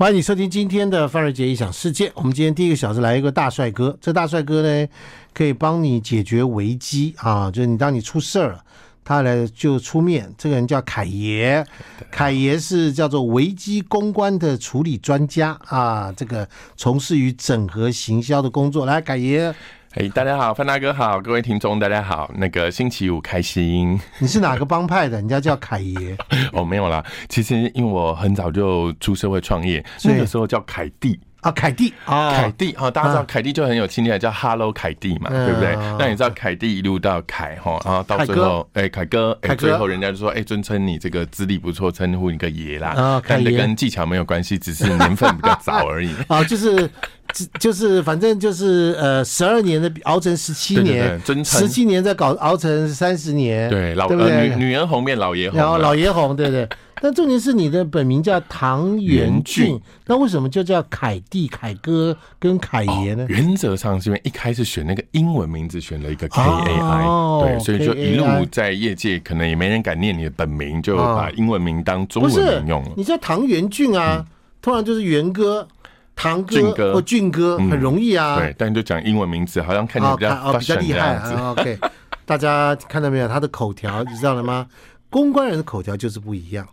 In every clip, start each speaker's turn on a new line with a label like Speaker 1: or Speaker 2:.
Speaker 1: 欢迎你收听今天的范瑞杰异想世界。我们今天第一个小时来一个大帅哥，这大帅哥呢可以帮你解决危机啊，就是你当你出事儿了，他来就出面。这个人叫凯爷，凯爷是叫做危机公关的处理专家啊，这个从事于整合行销的工作。来，凯爷，
Speaker 2: 哎、大家好，范大哥好，各位听众大家好。那个星期五开心
Speaker 1: 你是哪个帮派的？人家叫凯爷，
Speaker 2: 哦，没有啦。其实因为我很早就出社会创业，
Speaker 1: 是
Speaker 2: 那个时候叫凯蒂，
Speaker 1: 啊，凯蒂啊，
Speaker 2: 凯蒂哈，哦大家知道
Speaker 1: 啊
Speaker 2: 凯蒂就很有亲切，叫 Hello 凯蒂嘛，
Speaker 1: 嗯
Speaker 2: 对不对
Speaker 1: 啊？
Speaker 2: 那你知道凯蒂一路到凯哈，然后到最后，哎，凯哥，
Speaker 1: 凯
Speaker 2: 哎，
Speaker 1: 哥
Speaker 2: 最后人家就说，哎，尊称你这个资历不错，称呼你个爷
Speaker 1: 啊
Speaker 2: 啦，
Speaker 1: 凯
Speaker 2: 但这
Speaker 1: 爷
Speaker 2: 跟技巧没有关系，只是年份比较 早而已。
Speaker 1: 啊，就是。就就是，反正就是，呃，十二年的熬成十七
Speaker 2: 对对
Speaker 1: 年
Speaker 2: 对，真诚
Speaker 1: 十七年再搞熬成三十年，
Speaker 2: 对，老
Speaker 1: 对不
Speaker 2: 呃
Speaker 1: 对？
Speaker 2: 女女人红变老爷红
Speaker 1: 然后
Speaker 2: 了，
Speaker 1: 老爷红，对对。但重点是你的本名叫唐元
Speaker 2: 元
Speaker 1: 俊
Speaker 2: 俊，
Speaker 1: 那为什么就叫凯蒂、凯哥跟凯爷呢？
Speaker 2: 原则上是因为一开始选那个英文名字选了一个 K A I，、
Speaker 1: 哦
Speaker 2: 对，所以就一
Speaker 1: KAI
Speaker 2: 路在业界可能也没人敢念你的本名，就把英文名当哦中
Speaker 1: 哦不是
Speaker 2: 文名用了，。
Speaker 1: 你叫唐元俊啊，通常就是元哥、唐哥
Speaker 2: 俊哥
Speaker 1: 或俊哥，
Speaker 2: 嗯
Speaker 1: 很容易啊。
Speaker 2: 对，但就讲英文名字，好像看起来
Speaker 1: 哦，
Speaker 2: 比较
Speaker 1: 看哦比较
Speaker 2: fashion
Speaker 1: 厉
Speaker 2: 这
Speaker 1: 害
Speaker 2: 样子。
Speaker 1: 啊。OK，大 家看到没有？他的口条，你知道了吗？公关人的口条就是不一样，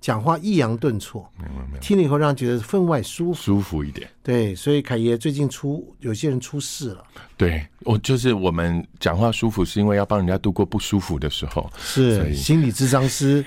Speaker 1: 讲话抑扬顿挫，听了以后让人觉得分外舒服。
Speaker 2: 舒服一点。
Speaker 1: 对，所以凯爷最近出有些人出事了，
Speaker 2: 对我就是我们讲话舒服，是因为要帮人家度过不舒服的时候。所
Speaker 1: 是
Speaker 2: 以
Speaker 1: 心理智商 师，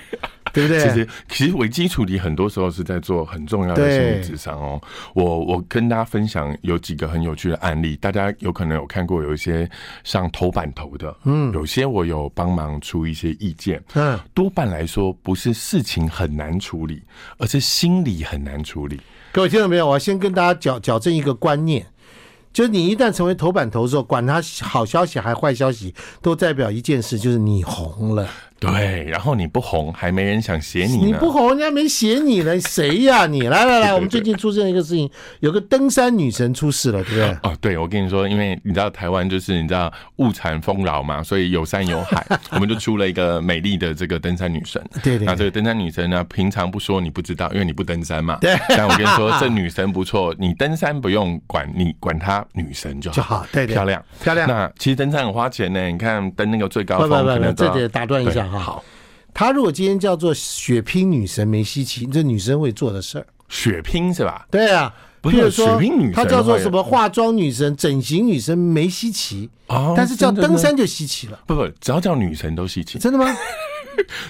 Speaker 1: 对不对？
Speaker 2: 其实，其实危机处理很多时候是在做很重要的心
Speaker 1: 对
Speaker 2: 理智商哦。我我跟大家分享有几个很有趣的案例，大家有可能有看过，有一些上头版头的，嗯，有些我有帮忙出一些意见。
Speaker 1: 嗯，
Speaker 2: 多半来说，不是事情很难处理，而是心理很难处理。
Speaker 1: 各位听到没有？我要先跟大家矫矫正一个观念，就是你一旦成为头版头之后，管他好消息还坏消息，都代表一件事，就是你红了。
Speaker 2: 对，然后你不红，还没人想写你
Speaker 1: 你
Speaker 2: 呢。
Speaker 1: 不红，人家没写你了，谁呀、你来来来，我们最近出现了一个事情，有个登山女神出事了，对不对？
Speaker 2: 哦，对，我跟你说，因为你知道台湾就是你知道物产丰饶嘛，所以有山有 海，我们就出了一个美丽的这个登山女神。
Speaker 1: 对对
Speaker 2: 那这个登山女神呢，平常不说你不知道，因为你不登山嘛。对。 但我跟你说，这女神不错，你登山不用管，你管她女神就好。
Speaker 1: 就好对对
Speaker 2: 漂亮
Speaker 1: 漂亮
Speaker 2: 那其实登山很花钱呢，你看登那个最高
Speaker 1: 不
Speaker 2: 峰
Speaker 1: 不
Speaker 2: 可
Speaker 1: 不不，
Speaker 2: 能都
Speaker 1: 这
Speaker 2: 要
Speaker 1: 得打断一下
Speaker 2: 对
Speaker 1: 哈。
Speaker 2: 好，
Speaker 1: 她如果今天叫做血拼女神没稀奇，这女生会做的事儿。
Speaker 2: 血拼是吧？
Speaker 1: 对啊，
Speaker 2: 不
Speaker 1: 譬
Speaker 2: 是
Speaker 1: 如说
Speaker 2: 水瓶女神
Speaker 1: 她叫做什么化妆女神、整形女神没稀奇，
Speaker 2: 哦
Speaker 1: 但是叫
Speaker 2: 真的呢
Speaker 1: 登山就稀奇了。
Speaker 2: 不不，只要叫女神都稀奇，
Speaker 1: 真 的吗？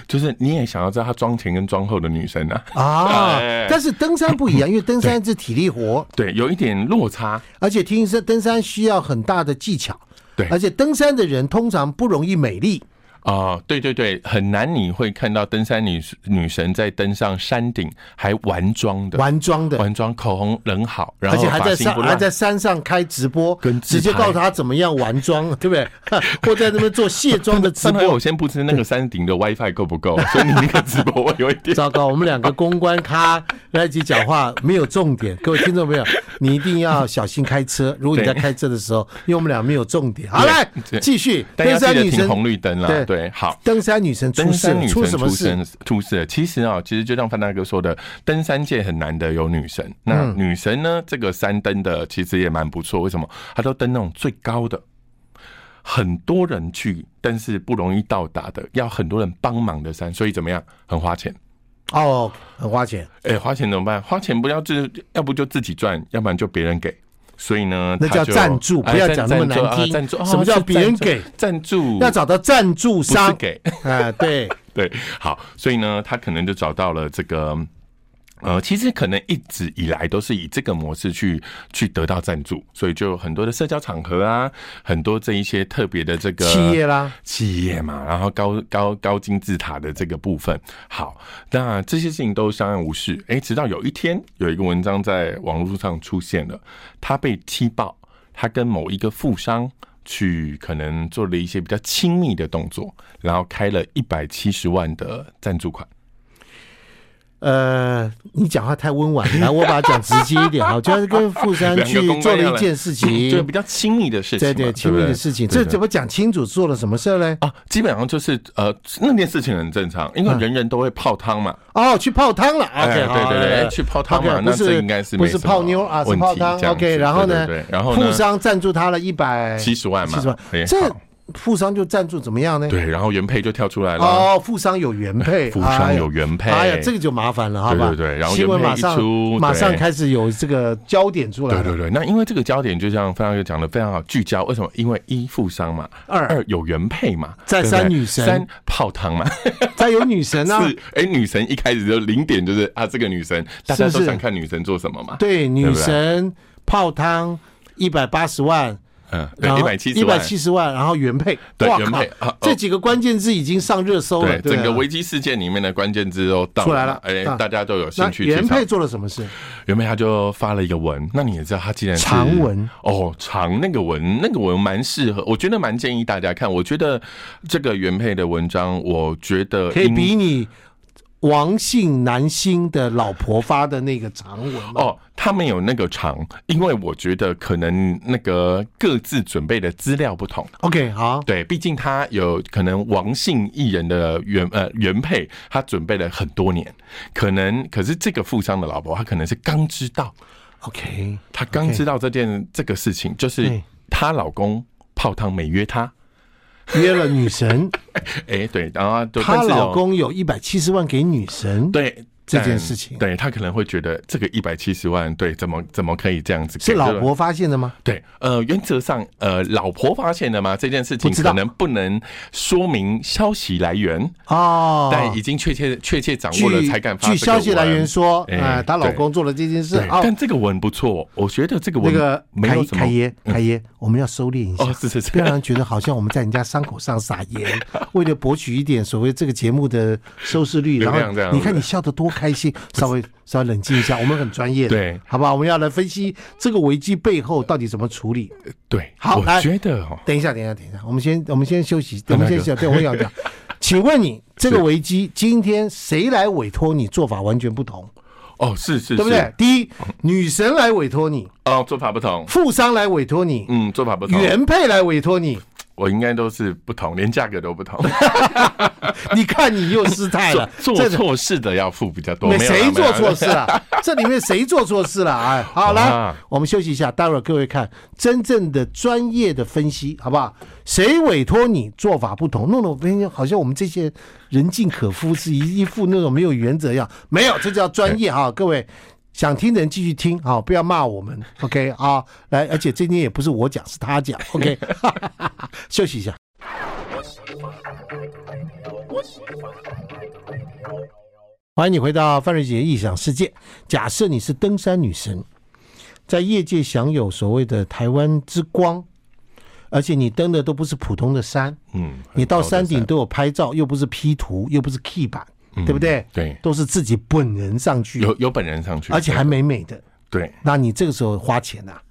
Speaker 2: 就是你也想要知道她妆前跟妆后的女神啊。
Speaker 1: 啊
Speaker 2: 哎，
Speaker 1: 但是登山不一样，因为登山是体力活，
Speaker 2: 对，有一点落差。
Speaker 1: 而且听说登山需要很大的技巧，
Speaker 2: 对
Speaker 1: 而且登山的人通常不容易美丽，
Speaker 2: 哦，对对对，很难你会看到登山女女神在登上山顶还完妆的，
Speaker 1: 玩妆的，
Speaker 2: 完妆，口红人好，然
Speaker 1: 而
Speaker 2: 后
Speaker 1: 且还
Speaker 2: 发
Speaker 1: 在
Speaker 2: 型
Speaker 1: 山
Speaker 2: 不
Speaker 1: 还
Speaker 2: 乱。
Speaker 1: 在山上开直播，
Speaker 2: 跟自
Speaker 1: 直
Speaker 2: 拍
Speaker 1: 接告诉他怎么样玩 妆，对不对？ 或在那边做卸妆的直
Speaker 2: 当然，
Speaker 1: 播
Speaker 2: 我。先不知那个山顶的 WiFi 够不够， 所以你那个直播我有一 点
Speaker 1: 糟糕，我们两个公关咖来一起讲话没有重点， 各位听众朋友，你一定要小心开车。如果你在开车的时候，因为我们俩没有重点。好，
Speaker 2: 对
Speaker 1: 来
Speaker 2: 对
Speaker 1: 继续。
Speaker 2: 但要
Speaker 1: 登
Speaker 2: 记
Speaker 1: 山
Speaker 2: 得
Speaker 1: 女
Speaker 2: 停
Speaker 1: 神，
Speaker 2: 红绿灯啦
Speaker 1: 对。
Speaker 2: 对，好。
Speaker 1: 登山女神出
Speaker 2: 登
Speaker 1: 事
Speaker 2: 山
Speaker 1: 了，
Speaker 2: 女神
Speaker 1: 出什么
Speaker 2: 出
Speaker 1: 事？
Speaker 2: 生出事了。其实啊、其实就像范大哥说的，登山界很难得有女神。那
Speaker 1: 嗯
Speaker 2: 女神呢，这个山登的其实也蛮不错。为什么？她都登那种最高的，很多人去，但是不容易到达的，要很多人帮忙的山，所以怎么样，很花钱。
Speaker 1: 哦，很花钱，
Speaker 2: 哎、花钱怎么办？花钱不要自，要不就自己赚，要不然就别人给。所以呢，
Speaker 1: 那
Speaker 2: 他
Speaker 1: 叫
Speaker 2: 就
Speaker 1: 赞助
Speaker 2: 哎
Speaker 1: 不要
Speaker 2: 赞
Speaker 1: 讲那么
Speaker 2: 赞助
Speaker 1: 难
Speaker 2: 啊
Speaker 1: 听
Speaker 2: 赞助、啊
Speaker 1: 什么叫
Speaker 2: 是
Speaker 1: 别人
Speaker 2: 赞助
Speaker 1: 给？
Speaker 2: 赞助
Speaker 1: 要找到赞助
Speaker 2: 不是
Speaker 1: 商。
Speaker 2: 给。
Speaker 1: 啊，对，
Speaker 2: 对，好，所以呢，他可能就找到了这个，呃，其实可能一直以来都是以这个模式去去得到赞助，所以就有很多的社交场合啊，很多这一些特别的这个
Speaker 1: 企业啦，
Speaker 2: 企业嘛，然后高高高金字塔的这个部分。好，那这些事情都相安无事。诶，直到有一天，有一个文章在网络上出现了，他被踢爆，他跟某一个富商去可能做了一些比较亲密的动作，然后开了一百七十万的赞助款。
Speaker 1: 呃，你讲话太温婉 了，来，我把它讲直接一点啊，就是跟富山
Speaker 2: 两个
Speaker 1: 去
Speaker 2: 公
Speaker 1: 做
Speaker 2: 关要
Speaker 1: 了一
Speaker 2: 来
Speaker 1: 件事
Speaker 2: 就
Speaker 1: 情
Speaker 2: 比，较亲密的事情
Speaker 1: 对
Speaker 2: 嘛，
Speaker 1: 对，亲密的事情，
Speaker 2: 对
Speaker 1: 这
Speaker 2: 对
Speaker 1: 怎么讲清楚做了什么事儿嘞？
Speaker 2: 啊，基本上就是呃那件事情很正常，因为
Speaker 1: 嗯
Speaker 2: 人人都会泡汤嘛。
Speaker 1: 哦，去泡汤了，OK，
Speaker 2: 哎
Speaker 1: 好
Speaker 2: 对对对，
Speaker 1: 呃
Speaker 2: 哎去泡汤
Speaker 1: OK，
Speaker 2: 嘛，那
Speaker 1: 不是
Speaker 2: 这应该是
Speaker 1: 不
Speaker 2: 没
Speaker 1: 是
Speaker 2: 什么
Speaker 1: 泡妞啊，是
Speaker 2: 问
Speaker 1: 泡
Speaker 2: 题
Speaker 1: 汤
Speaker 2: 这样
Speaker 1: ，OK，
Speaker 2: 子
Speaker 1: 然后
Speaker 2: 对
Speaker 1: 呢
Speaker 2: 对对然后
Speaker 1: 富
Speaker 2: 呢，
Speaker 1: 商赞助他了一百
Speaker 2: 七十万嘛，
Speaker 1: 七十万
Speaker 2: 也，
Speaker 1: 这
Speaker 2: 好
Speaker 1: 富商就赞助怎么样呢？
Speaker 2: 对，然后原配就跳出来了，
Speaker 1: 哦，富商有原配，
Speaker 2: 富商有原配，
Speaker 1: 哎呀，哎呀，这个就麻烦了，好吧？
Speaker 2: 对对对然后
Speaker 1: 新闻马上
Speaker 2: 原配一出
Speaker 1: 马上
Speaker 2: 对
Speaker 1: 开始有这个焦点出来
Speaker 2: 对
Speaker 1: 了，
Speaker 2: 对对，那因为这个焦点就像范哥讲的非常好，聚焦。为什么？因为一富商嘛，
Speaker 1: 二
Speaker 2: 二有原配嘛，
Speaker 1: 再
Speaker 2: 对不对
Speaker 1: 三女神
Speaker 2: 三泡 汤嘛，
Speaker 1: 再有女神啊，
Speaker 2: 是哎，女神一开始就零点就是啊，这个女神大
Speaker 1: 是
Speaker 2: 家
Speaker 1: 不是
Speaker 2: 都想看女神做什么嘛，
Speaker 1: 对，女
Speaker 2: 不对
Speaker 1: 神泡汤一百八十万，
Speaker 2: 嗯，
Speaker 1: 然
Speaker 2: 对，
Speaker 1: 后
Speaker 2: 一百七十
Speaker 1: 一百
Speaker 2: 万，
Speaker 1: 七十万，然后原配，
Speaker 2: 对
Speaker 1: 哇
Speaker 2: 原
Speaker 1: 靠
Speaker 2: 配啊哦
Speaker 1: 这几个关键字已经上热搜了，
Speaker 2: 对，
Speaker 1: 对啊
Speaker 2: 整个危机事件里面的关键字都到
Speaker 1: 出来
Speaker 2: 嘛
Speaker 1: 了
Speaker 2: 哎
Speaker 1: 啊，
Speaker 2: 大家都有兴
Speaker 1: 那
Speaker 2: 趣去
Speaker 1: 原
Speaker 2: 查
Speaker 1: 配。做了什么事？
Speaker 2: 原配他就发了一个文，那你也知道他既然是
Speaker 1: 长文
Speaker 2: 哦，长那个文，那个文蛮适合，我觉得蛮建议大家看。我觉得这个原配的文章，我觉得
Speaker 1: 可以
Speaker 2: 应
Speaker 1: 比你王姓男星的老婆发的那个长文吗？
Speaker 2: 哦，他们有那个长，因为我觉得可能那个各自准备的资料不同。
Speaker 1: ，OK，好，
Speaker 2: 对，毕竟他有可能王姓艺人的原呃原配，他准备了很多年，可能可是这个富商的老婆，她可能是刚知道，
Speaker 1: ，OK，嗯
Speaker 2: 她刚
Speaker 1: OK
Speaker 2: 知道这件这个事情，就是
Speaker 1: 对
Speaker 2: 她老公泡汤没约她，
Speaker 1: 约了女神，
Speaker 2: 哎、对，然后就
Speaker 1: 她
Speaker 2: 但是
Speaker 1: 老
Speaker 2: 哦
Speaker 1: 公有一百七十万给女神，
Speaker 2: 对。
Speaker 1: 这件
Speaker 2: 但
Speaker 1: 事情
Speaker 2: 对他可能会觉得这个一百七十万，对，怎么怎么可以这样子给？
Speaker 1: 是老
Speaker 2: 对吧
Speaker 1: 婆发现的吗？
Speaker 2: 对，呃，原则上，呃，老婆发现的吗？这件事情
Speaker 1: 不知道
Speaker 2: 可能不能说明消息来源，
Speaker 1: 哦，
Speaker 2: 但已经确切确切掌握了
Speaker 1: 据
Speaker 2: 才敢发
Speaker 1: 据
Speaker 2: 这个
Speaker 1: 消息来源
Speaker 2: 文
Speaker 1: 说，
Speaker 2: 哎
Speaker 1: 哎，她老
Speaker 2: 对
Speaker 1: 公做了这件事，
Speaker 2: 对，
Speaker 1: 哦，
Speaker 2: 但这个文不错，我觉得这个
Speaker 1: 那
Speaker 2: 文
Speaker 1: 个
Speaker 2: 没
Speaker 1: 凯
Speaker 2: 有什么嗯
Speaker 1: 凯爷，凯爷，我们要收敛一下，
Speaker 2: 哦是是 是
Speaker 1: 不要让人觉得好像我们在人家伤口上撒盐，为了博取一点所谓这个节目的收视率，
Speaker 2: 流
Speaker 1: 然
Speaker 2: 量
Speaker 1: 后
Speaker 2: 这样
Speaker 1: 你看
Speaker 2: 子
Speaker 1: 你笑得多开心，稍 微稍微冷静一下，我们很专业的，
Speaker 2: 对
Speaker 1: 好吧？我们要来分析这个危机背后到底怎么处理。
Speaker 2: 对，
Speaker 1: 好来
Speaker 2: 我觉得哦，
Speaker 1: 等一下，等一下，等一下，我们先我们先休息，我们先
Speaker 2: 那个
Speaker 1: 休息，对，我想 讲，请问你这个危机今天谁来委托你，做法完全不同，
Speaker 2: 哦是是，
Speaker 1: 对不
Speaker 2: 是
Speaker 1: 对？？第一，女神来委托你，
Speaker 2: 哦，做法不同，
Speaker 1: 富商来委托你。
Speaker 2: 嗯，做法不同，
Speaker 1: 原配来委托 你，
Speaker 2: 我应该都是不同，连价格都 不同，
Speaker 1: 你看你又失态了，
Speaker 2: 做
Speaker 1: 这
Speaker 2: 做错事的要付比较多，没有啦
Speaker 1: 谁做错？
Speaker 2: 没有
Speaker 1: 事
Speaker 2: 啦
Speaker 1: 了？这里面谁做错事了？哎，好来
Speaker 2: 哇，
Speaker 1: 我们休息一下，待会儿各位看真正的专业的分析，好不好？谁委托你做法不同，弄得我们好像我们这些人尽可夫，是一一副那种没有原则一样。没有，这叫专业啊！各位想听的人继续听啊，不要骂我们，OK 啊？来，而且今天也不是我讲，是他讲，OK 。休息一下。欢迎你回到范瑞杰异想世界。假设你是登山女神，在业界享有所谓的台湾之光，而且你登的都不是普通的山，
Speaker 2: 嗯，
Speaker 1: 你到
Speaker 2: 很高的
Speaker 1: 山顶都有拍照，又不是 P 图，又不是 Key 版，对不对？
Speaker 2: 嗯对
Speaker 1: 都是自己本人上去，
Speaker 2: 有有本人上去，
Speaker 1: 而且还美美的。
Speaker 2: 对
Speaker 1: 那你这个时候花钱呐、啊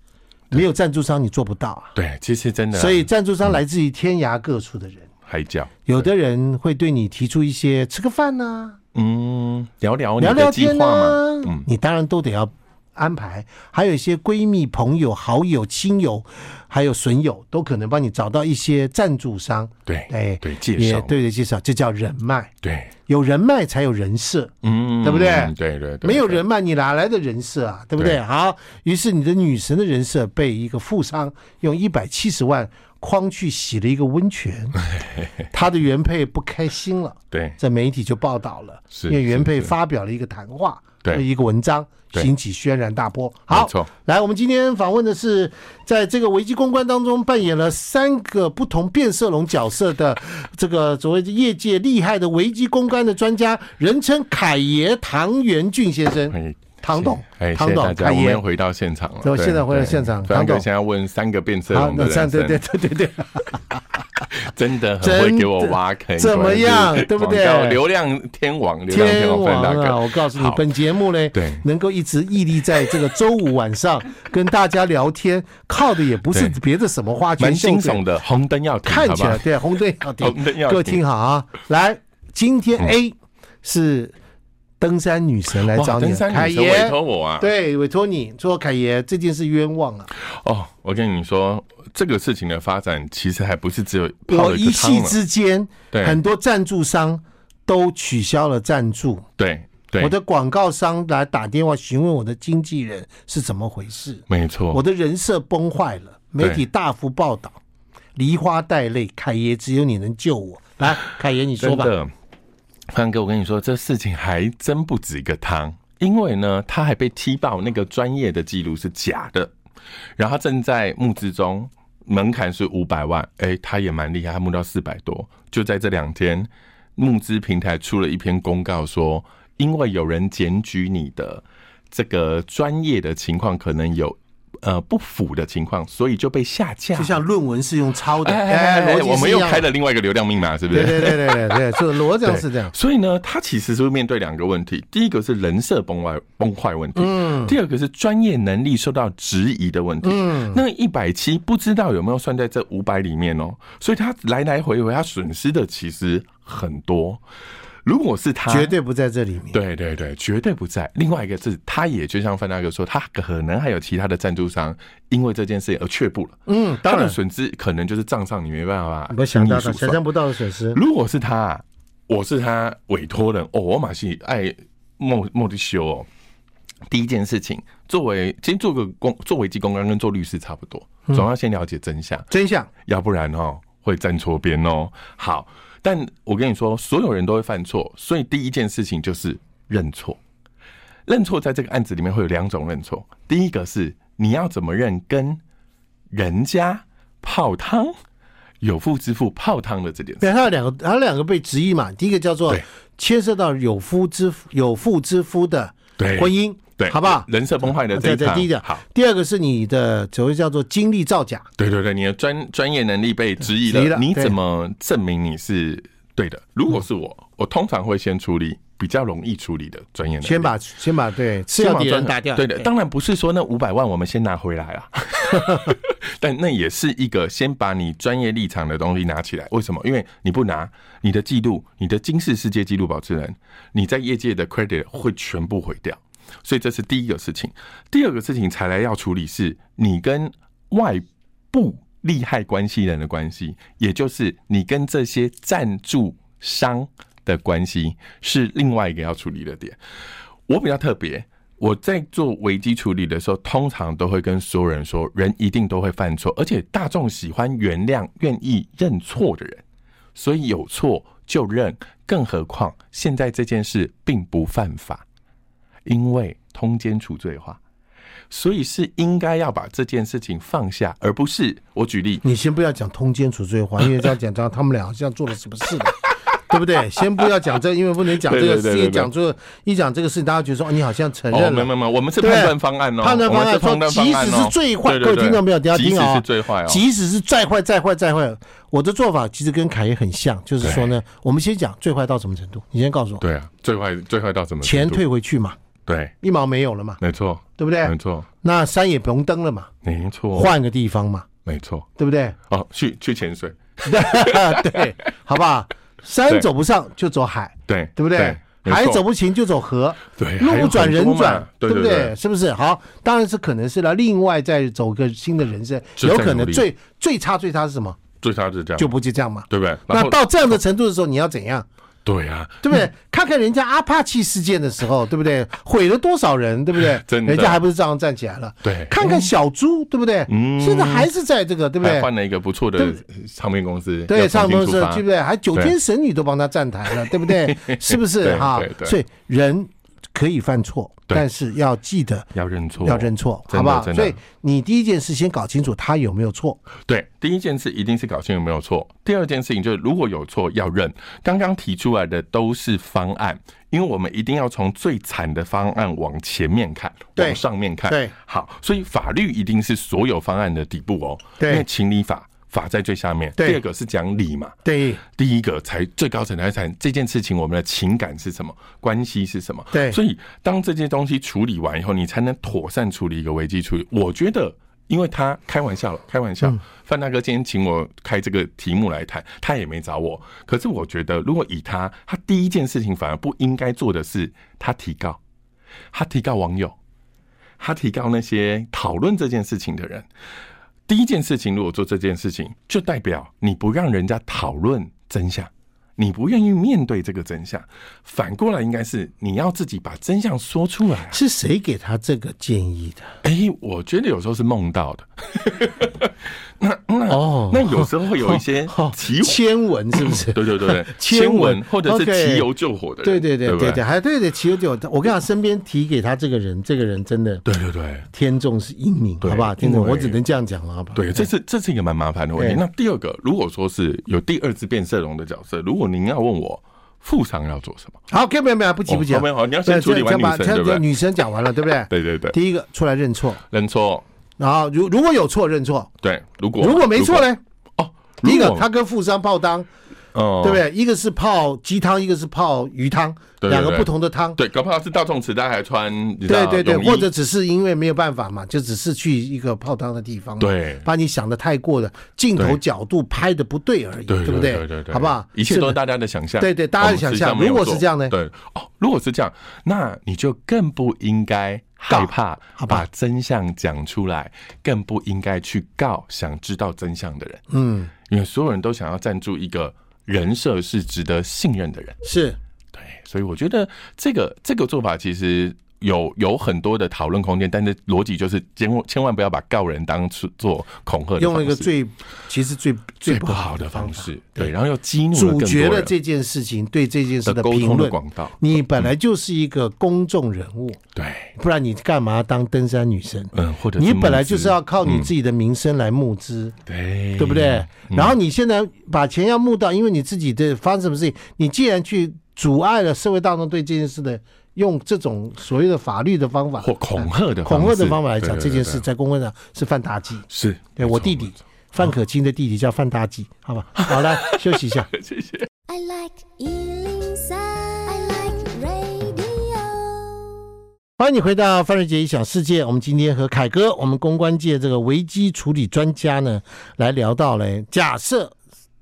Speaker 1: 没有赞助商你做不到啊。
Speaker 2: 对，其实真的啊，
Speaker 1: 所以赞助商来自于天涯各处的人，
Speaker 2: 海角。
Speaker 1: 有的人会对你提出一些吃个饭啊呐、
Speaker 2: 嗯，聊聊你
Speaker 1: 聊
Speaker 2: 的
Speaker 1: 聊
Speaker 2: 计
Speaker 1: 天
Speaker 2: 划嘛，嗯
Speaker 1: 啊，你当然都得要安排。还有一些闺蜜、朋友、好友、亲友，还有损友，都可能帮你找到一些赞助商，
Speaker 2: 对
Speaker 1: 哎，
Speaker 2: 对，介
Speaker 1: 也
Speaker 2: 绍，
Speaker 1: 对的介绍，这叫人脉。
Speaker 2: 对，
Speaker 1: 有人脉才有人设，
Speaker 2: 嗯，
Speaker 1: 对不对
Speaker 2: 对对对，
Speaker 1: 没有
Speaker 2: 对
Speaker 1: 人脉你哪来的人设啊？对不对？
Speaker 2: 对
Speaker 1: 好，于是你的女神的人设被一个富商用一百七十万框去洗了一个温 泉，他的原配不开心了。
Speaker 2: 对
Speaker 1: 在媒体就报道了，
Speaker 2: 是
Speaker 1: 因为原配
Speaker 2: 是是
Speaker 1: 发表了一个谈话，
Speaker 2: 对
Speaker 1: 一个文章，
Speaker 2: 对
Speaker 1: 引起轩然大波。好
Speaker 2: 没错，
Speaker 1: 来，我们今天访问的是在这个危机公关当中扮演了三个不同变色龙角色的这个所谓业界厉害的危机公关的专家，人称凯爷唐元俊先生，
Speaker 2: 哎
Speaker 1: 唐董
Speaker 2: 哎，，谢
Speaker 1: 唐
Speaker 2: 谢
Speaker 1: 董，
Speaker 2: 大
Speaker 1: 凯
Speaker 2: 家，我们
Speaker 1: 爷
Speaker 2: 又。回到现场了，
Speaker 1: 对
Speaker 2: 对
Speaker 1: 现在回到现场
Speaker 2: 对
Speaker 1: 唐
Speaker 2: frank
Speaker 1: 董
Speaker 2: 哥现在问三个变色
Speaker 1: 好，
Speaker 2: 龙的
Speaker 1: 那
Speaker 2: 人
Speaker 1: 这样
Speaker 2: 生，
Speaker 1: 对对对对对，
Speaker 2: 真的很
Speaker 1: 真
Speaker 2: 会
Speaker 1: 的
Speaker 2: 给我挖坑，
Speaker 1: 怎么样
Speaker 2: 果然是
Speaker 1: 对不对
Speaker 2: 广告流量天王，流量
Speaker 1: 天
Speaker 2: 天王
Speaker 1: 王
Speaker 2: 范大
Speaker 1: 啊！
Speaker 2: 哥，
Speaker 1: 我告诉你
Speaker 2: 好，
Speaker 1: 本节目呢，
Speaker 2: 对
Speaker 1: 能够一直屹立在这个周五晚上跟大家聊天，靠的也不是
Speaker 2: 对
Speaker 1: 别的什么花
Speaker 2: 蛮
Speaker 1: 拳绣
Speaker 2: 惊
Speaker 1: 腿
Speaker 2: 悚，的，红灯要停，
Speaker 1: 看起
Speaker 2: 好
Speaker 1: 来
Speaker 2: 吧
Speaker 1: 对红灯要啊停
Speaker 2: 红灯，要
Speaker 1: 各位
Speaker 2: 停
Speaker 1: 听好啊！来，今天 A 是登山女神来
Speaker 2: 哇，
Speaker 1: 找你
Speaker 2: 登
Speaker 1: 了，
Speaker 2: 山
Speaker 1: 凯
Speaker 2: 女神委
Speaker 1: 爷，
Speaker 2: 托我啊！
Speaker 1: 对，委托你说凯爷这件事冤枉啊，
Speaker 2: 哦，我跟你说，这个事情的发展其实还不是只有泡
Speaker 1: 我
Speaker 2: 了
Speaker 1: 一
Speaker 2: 个汤
Speaker 1: 夕
Speaker 2: 了，
Speaker 1: 之间，
Speaker 2: 对
Speaker 1: 很多赞助商都取消了赞助，
Speaker 2: 对对，
Speaker 1: 我的广告商来打电话询问我的经纪人是怎么回事，
Speaker 2: 没错，
Speaker 1: 我的人设崩坏了，媒体大幅报道，梨花带泪，凯爷只有你能救我，来，凯爷你说
Speaker 2: 真
Speaker 1: 吧，
Speaker 2: 的，范哥，我跟你说，这事情还真不止一个汤，因为呢，他还被踢爆那个专业的记录是假的，然后他正在募资中，门槛是五百万，哎、他也蛮厉害，他募到四百多，就在这两天，募资平台出了一篇公告说，因为有人检举你的这个专业的情况可能有。呃，不符的情况，所以就被下架。
Speaker 1: 就像论文是用抄的，
Speaker 2: 哎哎哎哎
Speaker 1: 逻辑是
Speaker 2: 我们又
Speaker 1: 一样的
Speaker 2: 开了另外一个流量密码，是不是？
Speaker 1: 对对对对对对，就逻辑上
Speaker 2: 对
Speaker 1: 是这样。
Speaker 2: 所以呢，他其实是面对两个问题，第一个是人设崩坏崩坏问题，
Speaker 1: 嗯
Speaker 2: 第二个是专业能力受到质疑的问题。
Speaker 1: 嗯
Speaker 2: 那一百七不知道有没有算在这五百里面哦，所以他来来回回，他损失的其实很多。如果是他，
Speaker 1: 绝对不在这里面。
Speaker 2: 啊对对对，绝对不在。另外一个是，他也就像范大哥说，他可能还有其他的赞助商因为这件事而却步了。
Speaker 1: 嗯，
Speaker 2: 他
Speaker 1: 当
Speaker 2: 的
Speaker 1: 然，
Speaker 2: 损失可能就是账上你没办法
Speaker 1: 我想到
Speaker 2: 一一
Speaker 1: 的、
Speaker 2: 数算
Speaker 1: 想象不到的损失。
Speaker 2: 如果是他，我是他委托人，哦，我马是爱莫莫的修哦。第一件事情，作为其实做个公做危机公关跟做律师差不多，总要先了解真相，
Speaker 1: 真相
Speaker 2: 要不然哦会站错边哦。好，但我跟你说，所有人都会犯错，所以第一件事情就是认错。认错在这个案子里面会有两种认错，第一个是你要怎么认，跟人家泡汤有妇之夫泡汤的这件事。
Speaker 1: 对，他有两个，他有两个被质疑嘛。第一个叫做
Speaker 2: 对
Speaker 1: 牵涉到有夫之夫有妇之夫的
Speaker 2: 对
Speaker 1: 婚姻，
Speaker 2: 对，
Speaker 1: 好不好？
Speaker 2: 人设崩坏的
Speaker 1: 对
Speaker 2: 这一
Speaker 1: 对，
Speaker 2: 场，
Speaker 1: 第一个
Speaker 2: 好，。
Speaker 1: 第二个是你的所谓叫做经历造假，
Speaker 2: 对对对，你的专专业能力被质疑
Speaker 1: 质疑
Speaker 2: 了，
Speaker 1: 了
Speaker 2: 你
Speaker 1: 对
Speaker 2: 怎么证明你是对的？如果是我，我通常会先处理比较容易处理的专业能力，
Speaker 1: 先把先把对吃
Speaker 2: 先
Speaker 1: 掉
Speaker 2: 把
Speaker 1: 敌人
Speaker 2: 专
Speaker 1: 打掉。
Speaker 2: 对的，当然不是说那五百万我们先拿回来啊， 但那也是一个先把你专业立场的东西拿起来。为什么？因为你不拿你的记录，你的金氏世界纪录保持人，你在业界的 credit 会全部毁掉。所以这是第一个事情。第二个事情才来要处理是你跟外部利害关系人的关系，也就是你跟这些赞助商的关系是另外一个要处理的点。我比较特别，我在做危机处理的时候，通常都会跟所有人说，人一定都会犯错，而且大众喜欢原谅、愿意认错的人，所以有错就认。更何况现在这件事并不犯法，因为通奸处罪化，所以是应该要把这件事情放下，而不是我举例，
Speaker 1: 你先不要讲通奸处罪 化，因为这样讲到他们俩好像做了什么事的。对不对？先不要讲这个，因为不能讲这个
Speaker 2: 对对对
Speaker 1: 事
Speaker 2: 对
Speaker 1: 情，
Speaker 2: 对
Speaker 1: 讲出一讲这个事情，大家觉得说哦，你好像承
Speaker 2: 哦，
Speaker 1: 认
Speaker 2: 没
Speaker 1: 了
Speaker 2: 有没，有没有，我们是
Speaker 1: 对
Speaker 2: 判断方案哦，
Speaker 1: 判断方
Speaker 2: 我们
Speaker 1: 案
Speaker 2: 是
Speaker 1: 说
Speaker 2: 判断，方
Speaker 1: 即
Speaker 2: 案
Speaker 1: 使
Speaker 2: 哦
Speaker 1: 是最坏，
Speaker 2: 对
Speaker 1: 各
Speaker 2: 对
Speaker 1: 位
Speaker 2: 对
Speaker 1: 听众朋友，你要
Speaker 2: 即
Speaker 1: 听
Speaker 2: 使
Speaker 1: 啊、
Speaker 2: 是最坏哦，
Speaker 1: 即使是再坏、再坏、再坏，我的做法其实跟凯爷很像，就是说呢，我们先讲最坏到什么程度，你先告诉我，
Speaker 2: 对啊，最坏最坏到什么程
Speaker 1: 钱
Speaker 2: 度
Speaker 1: 退回去嘛，
Speaker 2: 对，
Speaker 1: 一毛没有了嘛，
Speaker 2: 没错，
Speaker 1: 对不对
Speaker 2: 没？错，
Speaker 1: 那山也甭登了嘛，
Speaker 2: 没错，
Speaker 1: 换个地方嘛，
Speaker 2: 没错。
Speaker 1: 对不对？
Speaker 2: 哦，去去潜水，
Speaker 1: 对，好不好？山
Speaker 2: 对
Speaker 1: 走不上就走海，
Speaker 2: 对
Speaker 1: 对不对？
Speaker 2: 没
Speaker 1: 海
Speaker 2: 错
Speaker 1: 走不行就走河，
Speaker 2: 对，
Speaker 1: 路
Speaker 2: 还
Speaker 1: 不
Speaker 2: 有
Speaker 1: 转
Speaker 2: 很
Speaker 1: 人
Speaker 2: 多嘛
Speaker 1: 转，
Speaker 2: 对
Speaker 1: 不
Speaker 2: 对？
Speaker 1: 是不是？好，当然是可能是了。另外再走个新的人生，
Speaker 2: 就
Speaker 1: 有
Speaker 2: 再
Speaker 1: 可能
Speaker 2: 努力
Speaker 1: 最最差最差是什么？
Speaker 2: 最差就是这样，
Speaker 1: 就不就这样嘛。
Speaker 2: 对不对？然
Speaker 1: 那
Speaker 2: 后
Speaker 1: 到这样的程度的时候，你要怎 样？
Speaker 2: 对啊，
Speaker 1: 对不对？看看人家阿帕奇事件的时候，对不对？毁了多少人，对不对？
Speaker 2: 真的
Speaker 1: 人家还不是照样站起来了？
Speaker 2: 对
Speaker 1: 看看小猪，对不对？
Speaker 2: 嗯
Speaker 1: 现在还是在这个，对不
Speaker 2: 还
Speaker 1: 对？
Speaker 2: 换了一个不错的唱片公司，
Speaker 1: 对，
Speaker 2: 要
Speaker 1: 上
Speaker 2: 重
Speaker 1: 公
Speaker 2: 新
Speaker 1: 司
Speaker 2: 出发
Speaker 1: 对不对？还九
Speaker 2: 对
Speaker 1: 天神女都帮他站台了，对不 对？是不是
Speaker 2: 对
Speaker 1: 哈
Speaker 2: 对？对
Speaker 1: 所以人可以犯错，
Speaker 2: 对
Speaker 1: 但是要记得
Speaker 2: 要认错，
Speaker 1: 要认错，
Speaker 2: 真的
Speaker 1: 好不好？
Speaker 2: 真的
Speaker 1: 所以你第一件事先搞清楚他有没有错，
Speaker 2: 对，第一件事一定是搞清楚有没有错，第二件事情就是如果有错要认。刚刚提出来的都是方案，因为我们一定要从最惨的方案往前面看，
Speaker 1: 对
Speaker 2: 往上面看。
Speaker 1: 对，
Speaker 2: 好，所以法律一定是所有方案的底部哦。
Speaker 1: 对
Speaker 2: 因为情理法法在最下面，第
Speaker 1: 对
Speaker 2: 二个是讲理嘛。
Speaker 1: 对
Speaker 2: 第一个才最高层来谈这件事情，我们的情感是什么，关系是什么？
Speaker 1: 对
Speaker 2: 所以当这些东西处理完以后，你才能妥善处理一个危机处理。我觉得因为他开玩笑了，开玩笑
Speaker 1: 嗯。
Speaker 2: 范大哥今天请我开这个题目来谈，他也没找我。可是我觉得，如果以他，他第一件事情反而不应该做的是，他提告，他提告网友，他提告那些讨论这件事情的人。第一件事情，如果做这件事情，就代表你不让人家讨论真相，你不愿意面对这个真相。反过来，应该是你要自己把真相说出来啊、
Speaker 1: 是谁给他这个建议的？
Speaker 2: 哎、我觉得有时候是梦到的。那那
Speaker 1: 哦
Speaker 2: 那有时候会有一些
Speaker 1: 哦
Speaker 2: 奇，
Speaker 1: 签文是不是？
Speaker 2: 对对对对，
Speaker 1: 签
Speaker 2: 签
Speaker 1: 文
Speaker 2: 文或者是
Speaker 1: OK
Speaker 2: 骑油救火的人，
Speaker 1: 对对对
Speaker 2: 对不
Speaker 1: 对对，还对对，其实就我跟你讲，身边提给他这个人，这个人真的
Speaker 2: 对对对
Speaker 1: 天纵是英明，
Speaker 2: 对
Speaker 1: 好不好？天纵，
Speaker 2: 因为
Speaker 1: 我只能这样讲了，好不好？
Speaker 2: 对，这是这是一个蛮麻烦的问题。
Speaker 1: 对
Speaker 2: 那第二个，如果说是有第二只变色龙的角色，如果您要问我富商要做什么，
Speaker 1: 好，可以，没有没有，不急
Speaker 2: 哦
Speaker 1: 不急呃
Speaker 2: 好，没有好，你要先处理完女生，对不对？
Speaker 1: 女生讲完了，对不对？
Speaker 2: 对对对，
Speaker 1: 第一个出来认错，
Speaker 2: 认错，
Speaker 1: 然后如如果有错认错，
Speaker 2: 对，如果
Speaker 1: 如果没错，嘞，
Speaker 2: 哦，
Speaker 1: 第一个
Speaker 2: 如果
Speaker 1: 他跟富商泡汤，
Speaker 2: 哦
Speaker 1: 对不对？一个是泡鸡汤，一个是泡鱼汤，
Speaker 2: 对对
Speaker 1: 两个
Speaker 2: 对
Speaker 1: 不同的汤。
Speaker 2: 对，搞不好是大众时代还穿，你知
Speaker 1: 对
Speaker 2: 道
Speaker 1: 对对
Speaker 2: 泳，衣
Speaker 1: 或者只是因为没有办法嘛，就只是去一个泡汤的地方嘛，
Speaker 2: 对
Speaker 1: 把你想的太过了，镜头
Speaker 2: 对
Speaker 1: 角度拍的不对而已，
Speaker 2: 对
Speaker 1: 不
Speaker 2: 对对对对，
Speaker 1: 好不好？
Speaker 2: 一切都是
Speaker 1: 的
Speaker 2: 大家的想象，哦
Speaker 1: 对对大家的
Speaker 2: 我们
Speaker 1: 想
Speaker 2: 实际上
Speaker 1: 象
Speaker 2: 没有
Speaker 1: 如果是
Speaker 2: 做
Speaker 1: 这样呢
Speaker 2: 对哦，如果是这样，那你就更不应该害怕
Speaker 1: 好吧
Speaker 2: 把真相讲出来，更不应该去告想知道真相的人，
Speaker 1: 嗯，
Speaker 2: 因为所有人都想要站住一个人设是值得信任的人。
Speaker 1: 是
Speaker 2: 对，所以我觉得这个这个做法其实有有很多的讨论空间，但是逻辑就是千万千万不要把告人当出做恐吓的方式，
Speaker 1: 用了一个最其实最
Speaker 2: 最
Speaker 1: 不
Speaker 2: 不好的方式，对，
Speaker 1: 对
Speaker 2: 然后又激怒了
Speaker 1: 主
Speaker 2: 更
Speaker 1: 角
Speaker 2: 多
Speaker 1: 的
Speaker 2: 人
Speaker 1: 这件事情对这件事
Speaker 2: 的沟
Speaker 1: 评
Speaker 2: 通的
Speaker 1: 论，
Speaker 2: 广告，
Speaker 1: 你本来就是一个公众人物，
Speaker 2: 对，
Speaker 1: 不然你干嘛当登山女神？
Speaker 2: 嗯，或者
Speaker 1: 你
Speaker 2: 募
Speaker 1: 本来
Speaker 2: 资嗯
Speaker 1: 就是要靠你自己的名声来募资，
Speaker 2: 对，
Speaker 1: 对不对？？
Speaker 2: 嗯
Speaker 1: 然后你现在把钱要募到，因为你自己的发生什么事情，你既然去阻碍了社会大众对这件事的用这种所谓的法律的方法、
Speaker 2: 或恐吓的
Speaker 1: 恐吓的
Speaker 2: 式
Speaker 1: 方法来
Speaker 2: 对
Speaker 1: 讲，
Speaker 2: 对
Speaker 1: 这件
Speaker 2: 对
Speaker 1: 事在公会上是犯大忌。
Speaker 2: 是
Speaker 1: 对我弟弟范可清的弟弟叫范大忌，好吧？好，来休息一下。
Speaker 3: I like Ealing Sound. I like radio.
Speaker 1: 欢迎你回到范瑞杰一想世界。我们今天和凯哥，我们公关界这个危机处理专家呢，来聊到嘞。假设